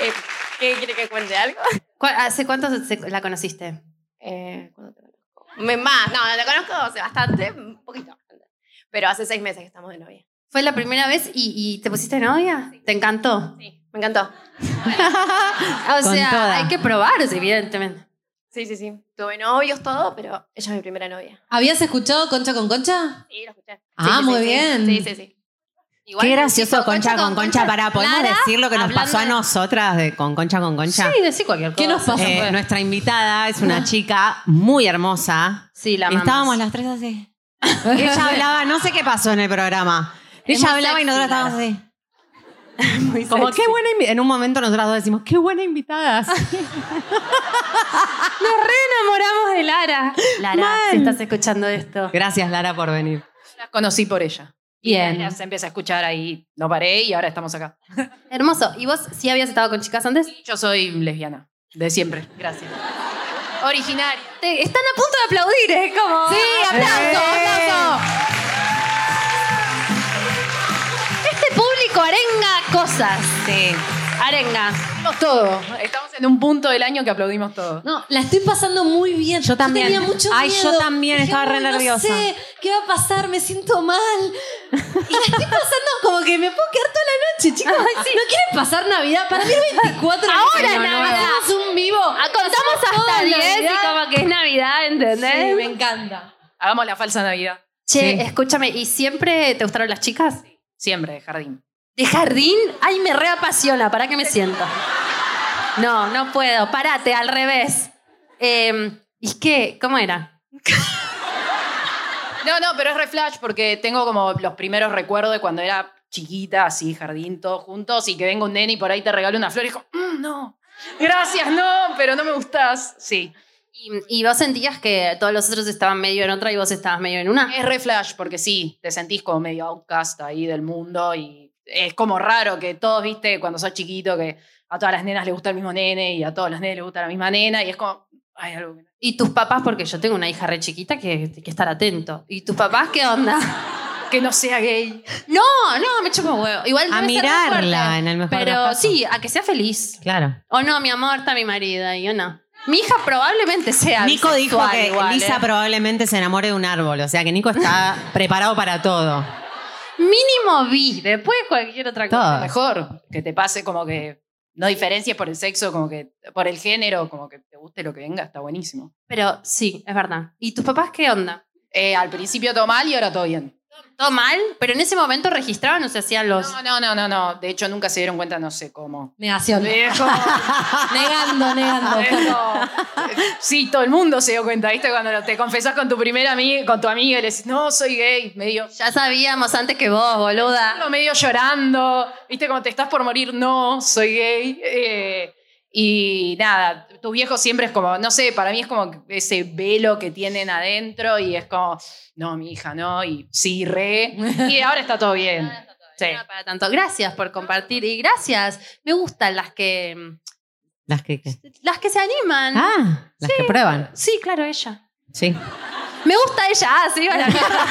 M: Eh, ¿Qué quiere que cuente algo?
C: ¿Cu- ¿Hace cuánto se- la conociste?
M: Eh, ¿cuándo te conozco? Me- más, no, la conozco hace bastante, un poquito. Pero hace seis meses que estamos de novia.
C: ¿Fue la primera vez y, y te pusiste novia? ¿Te encantó? Sí, me encantó. o
M: Con
C: sea,
M: toda.
C: hay que probar, evidentemente.
M: Sí, sí, sí. Tuve novios, todo, pero ella es mi primera novia.
A: ¿Habías escuchado Concha con Concha? Sí, lo escuché. Ah, muy bien.
M: Sí, sí, sí.
D: Qué gracioso, Concha,
M: Concha
D: con
M: con
D: Concha.
M: Concha.
D: Pará, ¿podemos
M: Clara,
D: decir lo que nos pasó a
M: hablando
D: nosotras de, con Concha con Concha?
C: Sí, decir cualquier cosa.
D: ¿Qué nos pasó?
C: Eh,
D: nuestra invitada es una chica muy hermosa.
C: Sí, la amamos.
D: Estábamos las tres así. Ella hablaba, no sé qué pasó en el programa.
C: Es
D: Ella
C: muy
D: hablaba y
C: sexy,
D: nosotros
C: Lara.
D: estábamos así. Como qué buena invi-". en un momento nosotras dos decimos qué buena invitada Nos re
C: enamoramos de Lara Lara si estás escuchando esto
D: gracias Lara por venir
I: Las conocí por ella.
C: Bien.
I: Y las empecé a escuchar ahí, no paré y ahora estamos acá.
C: Hermoso. ¿Y vos sí habías estado con chicas antes?
I: Yo soy
D: Mm.
I: lesbiana, de siempre. Gracias.
C: Originaria. están a punto de aplaudir, es como. Eh. Sí, aplauso, aplauso. Este público arenga cosas.
D: Sí.
C: Arenga.
I: Aplaudimos todo. Estamos en un punto del año que aplaudimos todo.
A: No, la estoy pasando muy bien. Yo
I: también.
A: tenía mucho
I: Ay,
A: miedo.
I: yo también, estaba re
A: "Uy,
I: nerviosa".
A: No sé, ¿qué va a pasar? Me siento mal. Y la estoy pasando como que me puedo quedar toda la noche, chicos.
C: Ay, sí.
A: ¿No quieren pasar Navidad? Para mí el 24 de
C: Ahora
A: Año
C: es
A: Nuevo.
C: Navidad.
A: Hacemos un vivo.
C: Ah, Contamos
A: Hacemos
C: hasta
A: toda
C: 10
A: Navidad.
C: y como que es Navidad, ¿entendés?
A: Sí, me encanta.
I: Hagamos la falsa Navidad.
C: Che, escúchame, ¿y siempre te gustaron las chicas?
I: Siempre, de jardín.
C: ¿De jardín? Ay, me reapasiona. ¿Para qué me siento? No, no puedo. Parate, al revés. Eh, ¿Y qué? ¿Cómo era?
I: No, no, pero es re flash porque tengo como los primeros recuerdos de cuando era chiquita, así, jardín, todos juntos, y que venga un nene y por ahí te regale una flor y dijo, "Mm, no, gracias, no, pero no me gustás. Sí.
C: ¿Y, y vos sentías que todos los otros estaban medio en otra y vos estabas medio en una?
I: Es re flash porque sí, te sentís como medio outcast ahí del mundo y es como raro que todos, viste, cuando sos chiquito, que a todas las nenas les gusta el mismo nene y a todos los nenes les gusta la misma nena y es como, hay algo que no.
C: ¿Y tus papás? Porque yo tengo una hija re chiquita que hay que estar atento. ¿Y tus papás qué onda?
I: que no sea gay.
C: No, no, me chupo huevo. Igual
D: A
C: debe ser re
D: mirarla,
C: fuerte,
D: en el mejor de los
C: Pero
D: casos.
C: sí, a que sea feliz.
D: claro
C: O no, mi amor, está mi marido y yo no. Mi hija probablemente sea
D: Nico dijo
C: bisexual
D: que
C: igual,
D: Lisa
C: ¿eh?
D: probablemente se enamore de un árbol o sea que Nico está preparado para todo
C: Mínimo vi, después cualquier otra cosa.
D: Todas.
I: Mejor que te pase como que no diferencias por el sexo, como que por el género, como que te guste lo que venga, está buenísimo.
C: Pero sí, es verdad. ¿Y tus papás qué onda?
I: Eh, al principio todo mal y ahora todo bien.
C: ¿Todo mal? ¿Pero en ese momento registraban o se hacían los...?
I: No, no, no, no, no. De hecho, nunca se dieron cuenta, no sé cómo.
A: Negación. negando, negando.
C: Ah,
I: Sí, todo el mundo se dio cuenta, ¿viste? Cuando te confesás con tu primera amiga, con tu amiga y le decís, no, soy gay, medio.
C: Ya sabíamos antes que vos, boluda.
I: Medio llorando, ¿viste? Como te estás por morir, no, soy gay. Eh, y nada, tu viejo siempre es como, no sé, para mí es como ese velo que tienen adentro y es como, no, mi hija, no, y sí, re. Y eh, ahora está todo bien. Sí.
C: Para tanto, gracias por compartir y gracias. Me gustan las que
D: las que, que-
C: las que se animan.
D: ah las que prueban
C: Sí, claro, ella.
D: sí
C: Me gusta ella. Ah, sí, va la mierda.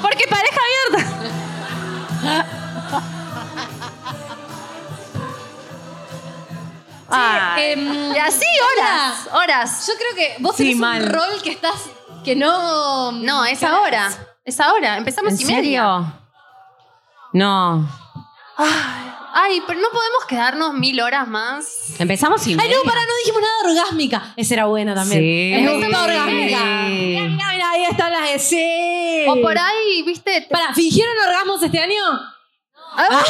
C: Porque pareja abierta.
A: Ah,
C: y así horas, horas.
A: Yo creo que vos
C: Sí,
A: tenés
C: mal.
A: un rol que estás que no
C: No, es ahora. Es ahora. Empezamos
D: en
C: y media.
D: serio no
C: Ay, pero no podemos quedarnos mil horas más.
D: empezamos y
A: Ay, no,
D: media.
A: para, no dijimos nada de orgásmica. Esa era buena también.
D: Sí.
A: Me gustaba
D: Sí.
A: orgásmica. Mirá, mirá, mirá, ahí están las de sí.
C: O por ahí, viste. te-
A: Para, ¿fingieron orgasmos este año?
C: Ah,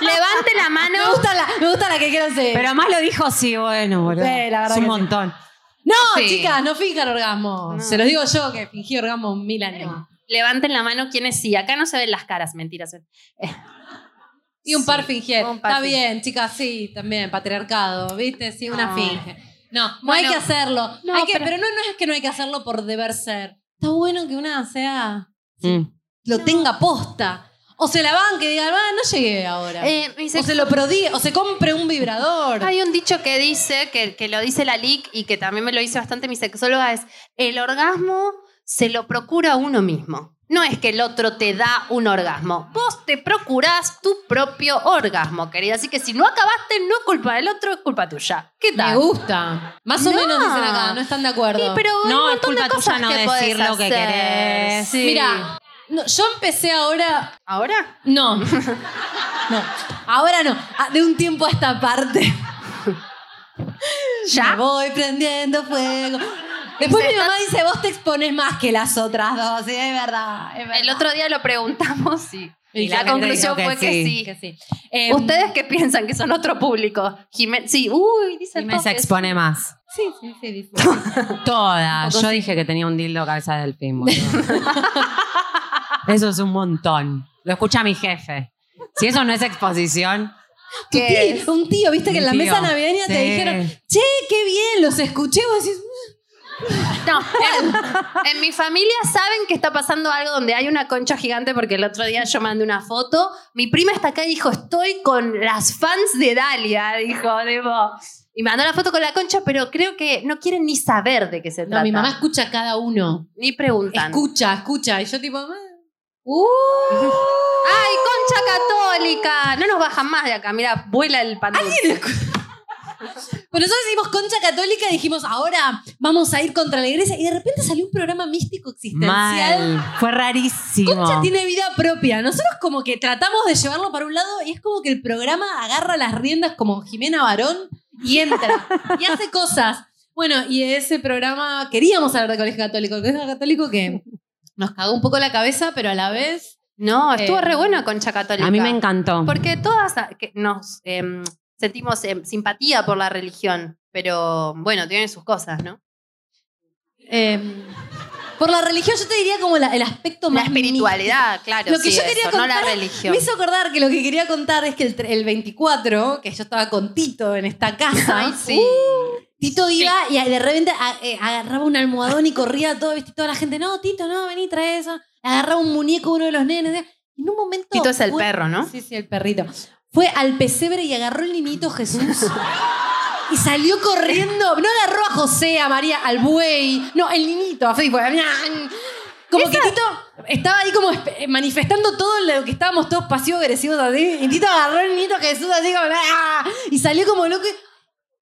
C: Levante la mano.
A: Me gusta la, me gusta la que quiero hacer.
D: pero más lo dijo sí bueno boludo
A: Sí, la verdad
D: es un
A: que sí.
D: montón
A: no,
D: Sí.
A: chicas, no finjan orgasmos. Se los digo yo que fingí orgasmos mil años.
C: Levanten la mano quienes sí. Acá no se ven las caras, mentiras.
A: Y un par fingieron.
C: par
A: Está
C: fingió.
A: bien, chicas, sí, también, patriarcado, ¿viste? Sí, una
C: No.
A: finge. No, no
C: Ah. Bueno.
A: hay que hacerlo.
C: No,
A: Hay que-
C: pero-
A: pero no, no es que no hay que hacerlo por deber ser. Está bueno que una sea.
D: Mm.
A: lo tenga posta. O se la van, que digan, ah, no llegué ahora.
C: Eh, mi
A: o
C: sexo-
A: se lo prodigue, o se compre un vibrador.
C: Hay un dicho que dice, que, que lo dice la LIC y que también me lo dice bastante mi sexóloga, es el orgasmo se lo procura uno mismo. No es que el otro te da un orgasmo. Vos te procurás tu propio orgasmo, querida. Así que si no acabaste, no es culpa del otro, es culpa tuya. ¿Qué
A: Me
C: tal?
A: gusta. Más o
C: No.
A: menos dicen acá, no están de acuerdo.
C: Sí, pero hay un
D: no es
C: montón de
D: culpa
C: cosas
D: tuya no
C: que podés
D: decir lo que
C: hacer.
D: querés
C: Sí.
A: Mira, No, yo empecé ahora.
N: ¿Ahora?
A: No. no. Ahora no. Ah, De un tiempo a esta parte. ya. voy prendiendo fuego. Después mi mamá dice: Vos te expones más que las otras dos. Y es verdad.
C: El otro día lo preguntamos y,
A: Y
C: y
A: la
C: la,
A: gente
C: conclusión
A: dijo que
C: fue que
A: sí.
C: sí.
A: Em,
C: ¿Ustedes qué piensan que son otro público? Jimé- sí, uy, dice el
D: Me se
C: Pop que-
D: expone más.
A: Sí, sí, sí, dice.
D: Toda. Yo dije que tenía un dildo cabeza del delfín, boludo. Eso es un montón. Lo escucha mi jefe. Si eso no es exposición.
A: Tu tío- un tío, viste que en
D: Un
A: la
D: tío.
A: mesa navideña te
D: Sí.
A: dijeron, che, qué bien, los escuché, vos decís,
C: No, en, en mi familia saben que está pasando algo donde hay una concha gigante porque el otro día yo mandé una foto. Mi prima está acá y dijo, estoy con las fans de Dalia, dijo, tipo, y mandó la foto con la concha, pero creo que no quieren ni saber de qué se trata.
A: mi mamá escucha a cada uno.
C: Ni preguntan.
A: Escucha, escucha. Y yo tipo, "Ah,
C: ¡Ay, concha católica! No nos bajan más de acá, mira, vuela el pantalón.
A: Pero Pues nosotros hicimos concha católica y dijimos, ahora vamos a ir contra la iglesia. Y de repente salió un programa místico existencial.
D: Mal. Fue rarísimo.
A: Concha tiene vida propia. Nosotros como que tratamos de llevarlo para un lado y es como que el programa agarra las riendas como Jimena Barón y entra y hace cosas. Bueno, y ese programa queríamos hablar de colegio católico, el colegio católico que nos cagó un poco la cabeza, pero a la vez...
C: No, estuvo re buena Concha Católica.
D: A mí me encantó.
C: Porque todas ah, que nos em, sentimos em, simpatía por la religión, pero bueno, tienen sus cosas, ¿no?
A: Em, por la religión yo te diría como la- el aspecto más...
C: La espiritualidad, claro.
A: Lo que
C: sí,
A: yo quería
C: eso, no la
A: contar-
C: religión.
A: Me hizo acordar que lo que quería contar es que el, tre- el 24, que yo estaba con Tito en esta casa,
C: Ay, sí.
A: ¡uh! Tito iba y de repente a- eh, agarraba un almohadón y corría todo, ¿viste? toda la gente, no, Tito, no, vení, trae eso. Agarraba un muñeco uno de los nenes. ¿eh? Y en un momento...
C: Tito es el
A: fue-
C: perro, ¿no?
A: Sí, sí, el perrito. Fue al pesebre y agarró el niñito Jesús. Y salió corriendo, no agarró a José, a María, al buey, no, el niñito, a Fede, fue, "Ñan". Como que Tito estaba ahí como espe- manifestando todo lo que estábamos todos pasivos agresivos así. Y Tito agarró al niñito Jesús así como, "Ah", y salió como loco. y-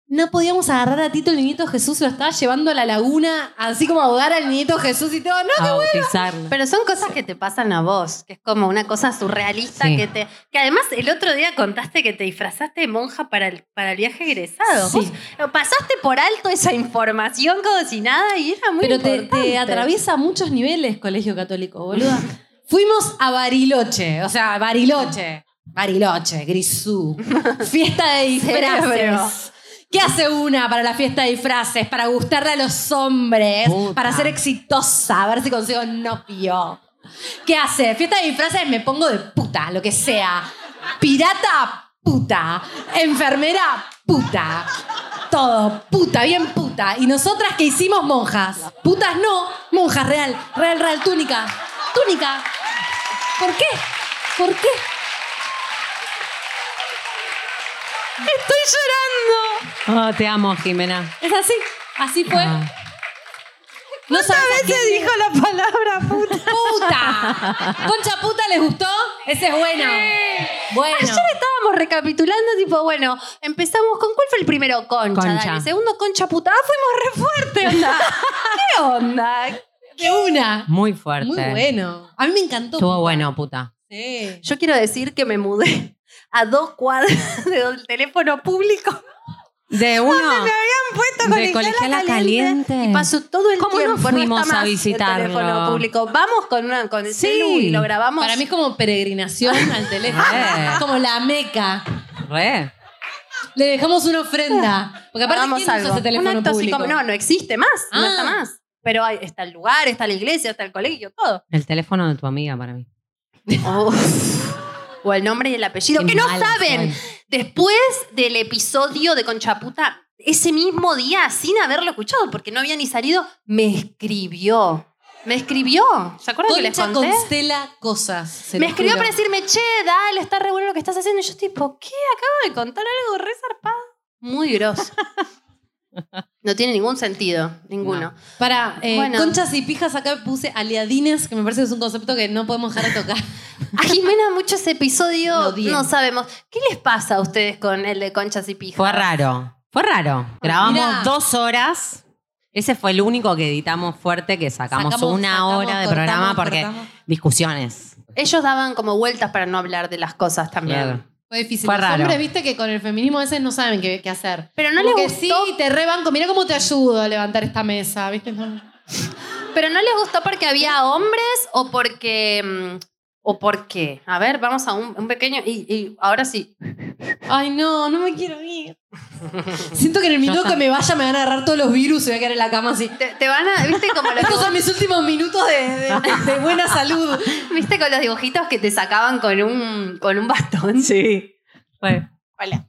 A: No podíamos agarrar a Tito, el niñito Jesús se lo estaba llevando a la laguna, así como a ahogar al niñito Jesús y todo. No, que bueno.
C: Pero son cosas que te pasan a vos, que es como una cosa surrealista
A: Sí.
C: que te. Que además el otro día contaste que te disfrazaste de monja para el, para el viaje egresado.
A: Sí.
C: Vos pasaste por alto esa información como si nada y era muy
A: Pero te,
C: importante.
A: te atraviesa a muchos niveles, colegio católico, boluda. Fuimos a Bariloche, o sea, Bariloche. Bariloche, Grisú. Fiesta de
C: Cerebro.
A: disfraces. ¿Qué hace una para la fiesta de disfraces? Para gustarle a los hombres, para ser exitosa, a ver si consigo novio. ¿Qué hace? Fiesta de disfraces, me pongo de puta, lo que sea. Pirata, puta. Enfermera, puta. Todo, puta, bien puta. Y nosotras que hicimos monjas. Putas no, monjas real, real, real, túnica. Túnica. ¿Por qué? ¿Por qué? Estoy llorando.
D: Oh, te amo, Jimena. Ah,
A: Es así, así fue.
C: Ah.
A: No sabes veces dijo la palabra puta? ¡Puta! ¿Concha puta les gustó? Ese es bueno. Bueno.
C: Ayer estábamos recapitulando, tipo, bueno, empezamos con cuál fue el primero concha,
A: Concha.
C: dale. Segundo concha puta, Ah, fuimos re fuerte, onda. ¿Qué onda?
A: De una.
D: Muy fuerte.
C: Muy
A: bueno. A mí me encantó.
D: Estuvo bueno, puta.
C: Yo quiero decir que me mudé a dos cuadras de donde el teléfono público.
D: De uno.
C: me habían puesto
D: de colegiala caliente.
C: Y pasó todo el
D: ¿Cómo no
C: tiempo.
D: fuimos
C: está
D: a
C: más el
D: visitarlo?
C: teléfono público. Vamos con, una, con el
A: Sí.
C: celu y lo grabamos.
A: Para mí es como peregrinación al teléfono.
D: Eh.
A: Es como la meca.
D: Re.
A: Le dejamos una ofrenda. Porque aparte,
C: Hagamos
A: ¿quién usa
C: algo.
A: ese teléfono
C: Un acto
A: público?
C: psicom- No, no existe más. No
A: Ah.
C: está más. Pero hay- está el lugar, está la iglesia, está el colegio, todo.
D: El teléfono de tu amiga para mí.
C: O el nombre y el apellido.
D: Qué
C: que no
D: mala
C: saben. Después del episodio de Conchaputa, ese mismo día, sin haberlo escuchado, porque no había ni salido, me escribió. Me escribió. ¿Se acuerdan que les
A: Concha
C: conté?
A: constela cosas. se
C: me
A: lo
C: escribió
A: juro.
C: para decirme, che, dale, está re bueno lo que estás haciendo. Y yo tipo, ¿qué? Acabo de contar algo re zarpado. Muy groso. no tiene ningún sentido, ninguno.
A: Para eh,
C: Bueno.
A: conchas y pijas acá puse aliadines, que me parece que es un concepto que no podemos dejar de tocar.
C: A Jimena mucho ese episodio
A: odié.
C: no sabemos. ¿Qué les pasa a ustedes con el de conchas y pijas?
D: Fue raro. Fue raro. Grabamos
C: mirá.
D: dos horas. Ese fue el único que editamos fuerte, que sacamos,
C: Sacamos-
D: una
C: sacamos,
D: hora de
C: cortamos,
D: programa porque
C: cortamos.
D: discusiones.
C: Ellos daban como vueltas para no hablar de las cosas también.
D: Claro.
A: Fue difícil.
D: Fue
A: Los
D: raro.
A: hombres, viste que con el feminismo a veces no saben qué, qué hacer.
C: Pero no
A: Como
C: les
A: que sí, te rebanco. Mira cómo te ayudo a levantar esta mesa, ¿viste? No.
C: Pero no les gustó porque había hombres o porque. mm, ¿O por qué? A ver, vamos a un, un pequeño. Y, y ahora sí.
A: Ay, no, no me quiero ir. Siento que en el minuto que me vaya me van a agarrar todos los virus y voy a quedar en la cama así.
C: Te, van a, viste, como los
A: Estos son mis últimos minutos de, de- de buena salud.
C: ¿Viste con los dibujitos que te sacaban con un, con un bastón? Sí. Hola.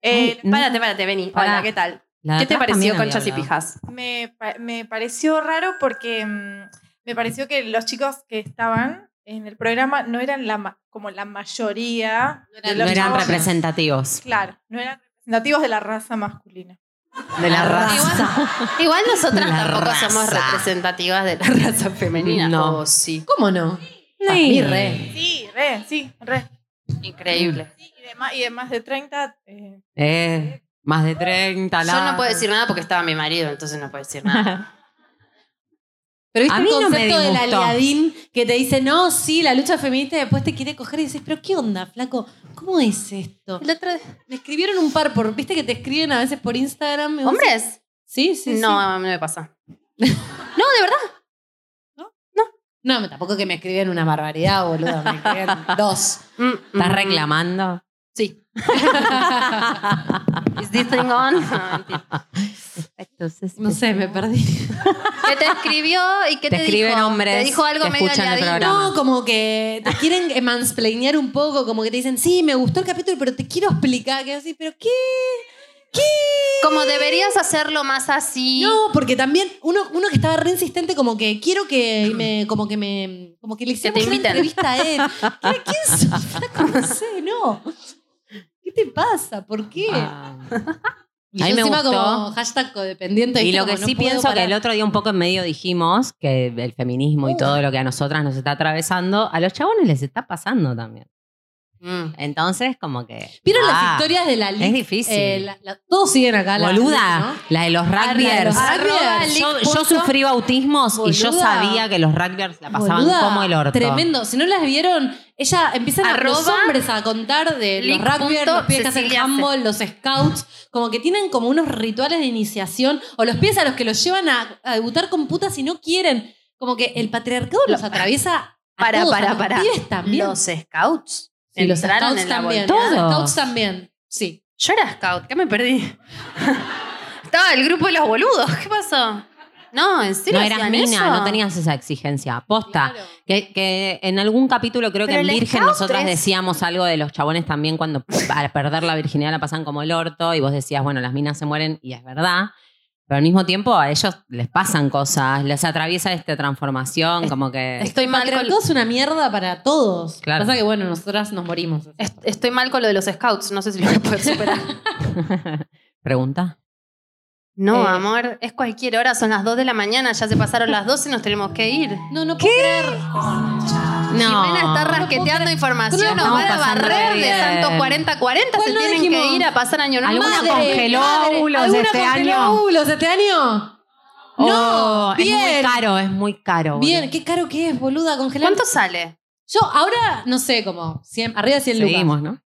C: Eh, párate, párate, vení. Hola,
D: Pará.
C: ¿qué tal?
D: La de
C: ¿Qué te
D: atrás
C: pareció
D: también había
C: Conchas y
D: hablado.
C: Pijas?
J: me, pa- me pareció raro porque mm, me pareció que los chicos que estaban en el programa no eran la ma- como la mayoría de
D: No
J: los
D: eran
J: chabones.
D: representativos
J: Claro, no eran representativos de la raza masculina.
D: de la raza.
C: Igual nosotras
D: La
C: tampoco
D: raza.
C: somos representativas de la raza femenina.
D: No.
C: ¿o sí.
A: ¿Cómo no?
C: Para mí, re.
J: Sí, re, sí, re.
C: Increíble.
J: Sí, y, de más, y de más de 30. eh,
D: Eh, más de 30,
C: Yo no
D: la-
C: puedo decir nada porque estaba mi marido, entonces no puedo decir nada.
A: Pero viste
C: A
A: el
C: mí no me
A: concepto del
C: disgustó.
A: aliadín que te dice, no, sí, la lucha feminista y después te quiere coger y dices, pero ¿qué onda, flaco? ¿Cómo es esto? Me escribieron un par por, viste que te escriben a veces por Instagram.
C: ¿Hombres?
A: Sí, sí, sí.
C: No, no me pasa.
A: No, de verdad. ¿No? No. No, tampoco que me escribieron una barbaridad, boludo. Me escribieron dos.
C: Mm,
D: ¿Estás reclamando?
C: Sí. Is this thing on?
A: No sé, me perdí.
C: ¿Qué te escribió y qué
D: Te
C: te,
D: escriben
C: dijo?
D: hombres
C: ¿Te dijo algo
D: que
C: medio
D: escuchan el
C: aliadín?
A: No, como que te quieren eh, mansplainear un poco, como que te dicen, sí, me gustó el capítulo, pero te quiero explicar. Que así, pero ¿qué? ¿Qué?
C: Como deberías hacerlo más así.
A: No, porque también uno, uno que estaba re insistente, como que quiero que me, como que me, como que le
C: te
A: hicieron una
C: inviten.
A: entrevista a él. ¿Qué- ¿Quién sos? Flaco, No sé, no. ¿Qué te pasa? ¿Por qué? Y
D: Ah, A mí
A: yo
D: me
A: encima
D: gustó.
A: como hashtag codependiente.
D: Y
A: ¿viste?
D: lo que
A: Como, no
D: sí
A: puedo
D: pienso que
A: parar.
D: el otro día un poco en medio dijimos que el feminismo y todo lo que a nosotras nos está atravesando, a los chabones les está pasando también. Entonces, como que.
A: ¿Vieron
D: ah,
A: las historias de la Lic?
D: Es difícil.
A: Eh, la- la- todos siguen acá. la
D: Boluda,
A: Lic, ¿no?
D: la de los
A: Ah, la de los
D: rugbyers.
A: Arroba lic
D: Yo, yo
A: punto-
D: sufrí bautismos y yo
A: Boluda.
D: sabía que los rugbyers la pasaban
A: Boluda,
D: como el orto.
A: Tremendo. Si no las vieron, ella empiezan a los
C: Arroba
A: hombres a contar de los
C: lic
A: rugbyers,
C: punto
A: los pies que hacen
C: Cecilia C.
A: handball, los scouts, como que tienen como unos rituales de iniciación, o los pies a los que los llevan a, a debutar con putas y no quieren. Como que el patriarcado los atraviesa a
C: Para,
A: todos,
C: para,
A: a los
C: para.
A: pibes también.
C: Los scouts.
A: Sí, los
C: entraron
A: scouts
C: en la
A: también.
C: volteada.
A: Los scouts también, sí.
C: Yo era scout, ¿qué me perdí? Estaba el grupo de los boludos, ¿qué pasó? No, en serio.
D: No eras
C: hacían
D: mina,
C: eso?
D: no tenías esa exigencia. Aposta. Que, que en algún capítulo, creo
C: Pero
D: que en
C: el
D: Virgen,
C: scout
D: nosotras
C: es-
D: decíamos algo de los chabones también cuando al perder la virginidad la pasan como el orto y vos decías, bueno, las minas se mueren y es verdad. Pero al mismo tiempo a ellos les pasan cosas, les atraviesa esta transformación, como que...
A: Estoy mal es una mierda para todos.
D: Claro.
A: Pasa que bueno, nosotras nos morimos.
C: Estoy mal con lo de los scouts, no sé si lo voy a poder superar.
D: Pregunta.
C: No,
D: Eh.
C: amor, es cualquier hora, son las 2 de la mañana, ya se pasaron las 12 y nos tenemos que ir.
A: No, no puedo creer.
C: Jimena está
A: No
C: rasqueteando información, nos
D: No,
C: van a
D: estamos pasando
C: barrer de
D: bien.
C: santos 40-40, se
A: no
C: tienen
A: dijimos?
C: que ir a pasar año nuevo.
A: ¿Alguna congeló óvulos este año? este año?
D: Oh,
A: No,
D: Es muy
A: bien.
D: caro, es muy caro. boludo.
A: Bien, qué caro que es, boluda, congelar.
C: ¿Cuánto sale?
A: Yo ahora, no sé, como 100, arriba de 100
D: Seguimos,
A: lucas.
D: ¿no?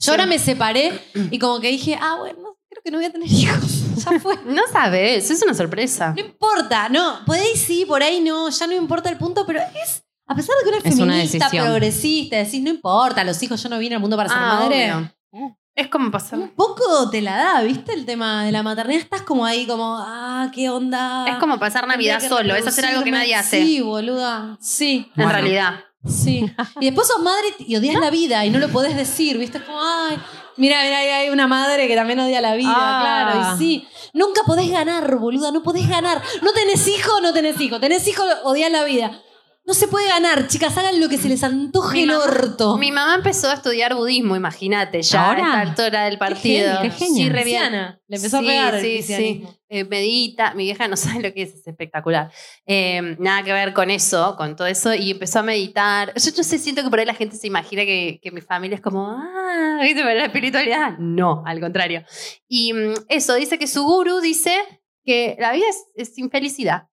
A: Yo ahora me separé y como que dije, ah, bueno, creo que no voy a tener hijos. Ya fue.
C: No sabes, es una sorpresa.
A: No importa, no. Podéis sí, por ahí no, ya no importa el punto, pero es. A pesar de que una
D: Es una
A: feminista
D: decisión.
A: progresista, decís, no importa, los hijos yo no vine al mundo para ser
C: Ah,
A: madre.
C: obvio.
D: Uh.
C: Es como pasar.
A: Un poco te la da, ¿viste? El tema de la maternidad. Estás como ahí, como, ah, qué onda.
C: Es como pasar
A: Tendría
C: Navidad
A: que
C: solo, es hacer algo que
A: reproducirme.
C: nadie hace.
A: Sí, boluda. Sí.
C: En realidad.
A: Sí. Y después sos madre y odias la vida y no lo podés decir, ¿viste? Es como, ay, mira, mira, ahí hay una madre que también odia la vida,
D: Ah.
A: claro, y sí. Nunca podés ganar, boluda, no podés ganar. No tenés hijo, no tenés hijo. Tenés hijo, odias la vida. No se puede ganar, chicas, hagan lo que se les antoje el
D: Oh.
A: orto.
C: Mi mamá empezó a estudiar budismo, imagínate, ya
A: ¿Ahora?
C: a esta altura del partido.
A: genio, qué genio.
C: Sí, re bien.
A: Cristiana, le empezó a pegar el
C: Sí, sí, sí.
A: cristianismo.
C: Eh, medita, mi vieja no sabe lo que es, es espectacular. Eh, nada que ver con eso, con todo eso, y empezó a meditar. Yo, yo sé, siento que por ahí la gente se imagina que, que mi familia es como, ah, ¿viste? Pero la espiritualidad, no, al contrario. Y mm, eso, dice que su guru dice que la vida es, es sin felicidad.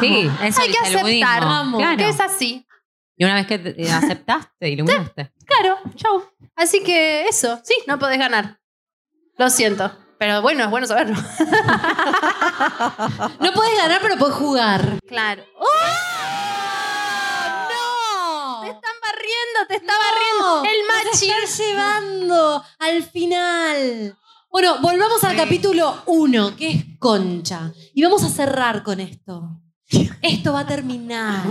D: Sí, eso
C: Hay que
D: dice el budismo.
C: aceptar
D: Amo.
C: que
D: Claro.
C: es así.
D: Y una vez que te- eh, aceptaste, iluminaste.
C: Claro, chau. Así que eso, sí, no podés ganar. Lo siento. Pero bueno, es bueno saberlo.
A: No podés ganar, pero podés jugar.
C: Claro. ¡Oh! ¡No! Te están barriendo, te está
A: No,
C: barriendo. El
A: nos
C: machi.
A: están llevando al final. Bueno, volvamos al capítulo 1, que es Concha. Y vamos a cerrar con esto. Esto va a terminar.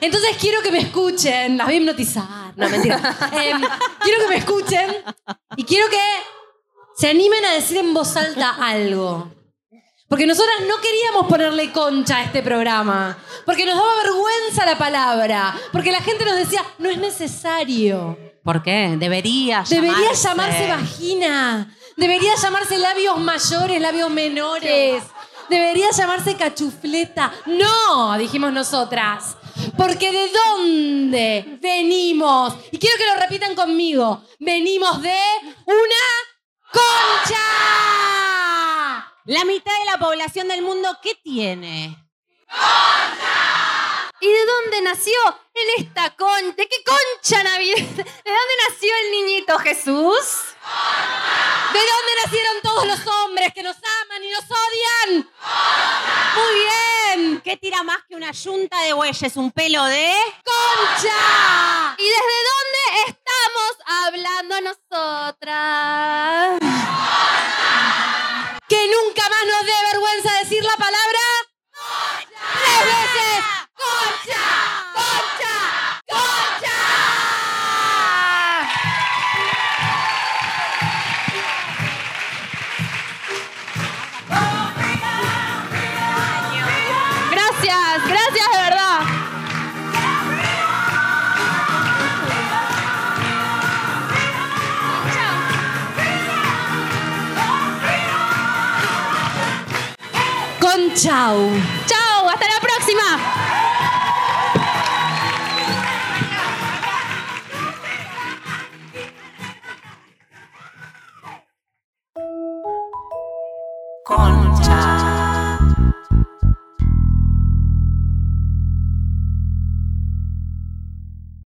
A: Entonces quiero que me escuchen. Las voy a hipnotizar. No, mentira. Em, quiero que me escuchen y quiero que se animen a decir en voz alta algo. Porque nosotras no queríamos ponerle concha a este programa. Porque nos daba vergüenza la palabra. Porque la gente nos decía, no es necesario.
D: ¿Por qué? Debería llamarse.
A: Debería llamarse vagina. Debería llamarse labios mayores, labios menores. Debería llamarse cachufleta. No, dijimos nosotras. Porque de dónde venimos. Y quiero que lo repitan conmigo. Venimos de una concha.
O: La mitad de la población del mundo, ¿qué tiene?
C: ¿Y de dónde nació? En esta concha. ¿De qué concha Navidad? ¿De dónde nació el niñito Jesús?
A: ¿De dónde nacieron todos los hombres que nos aman y nos odian?
O: Muy bien. ¿Qué tira más que una yunta de bueyes? Un pelo de...
A: ¡Concha!
C: ¿Y desde dónde estamos hablando nosotras?
A: Que nunca más nos dé vergüenza decir la palabra. ¡Tres veces! ¡Concha! ¡Concha!
C: Gracias, gracias de verdad.
A: Con chau.
C: Chau, hasta la próxima.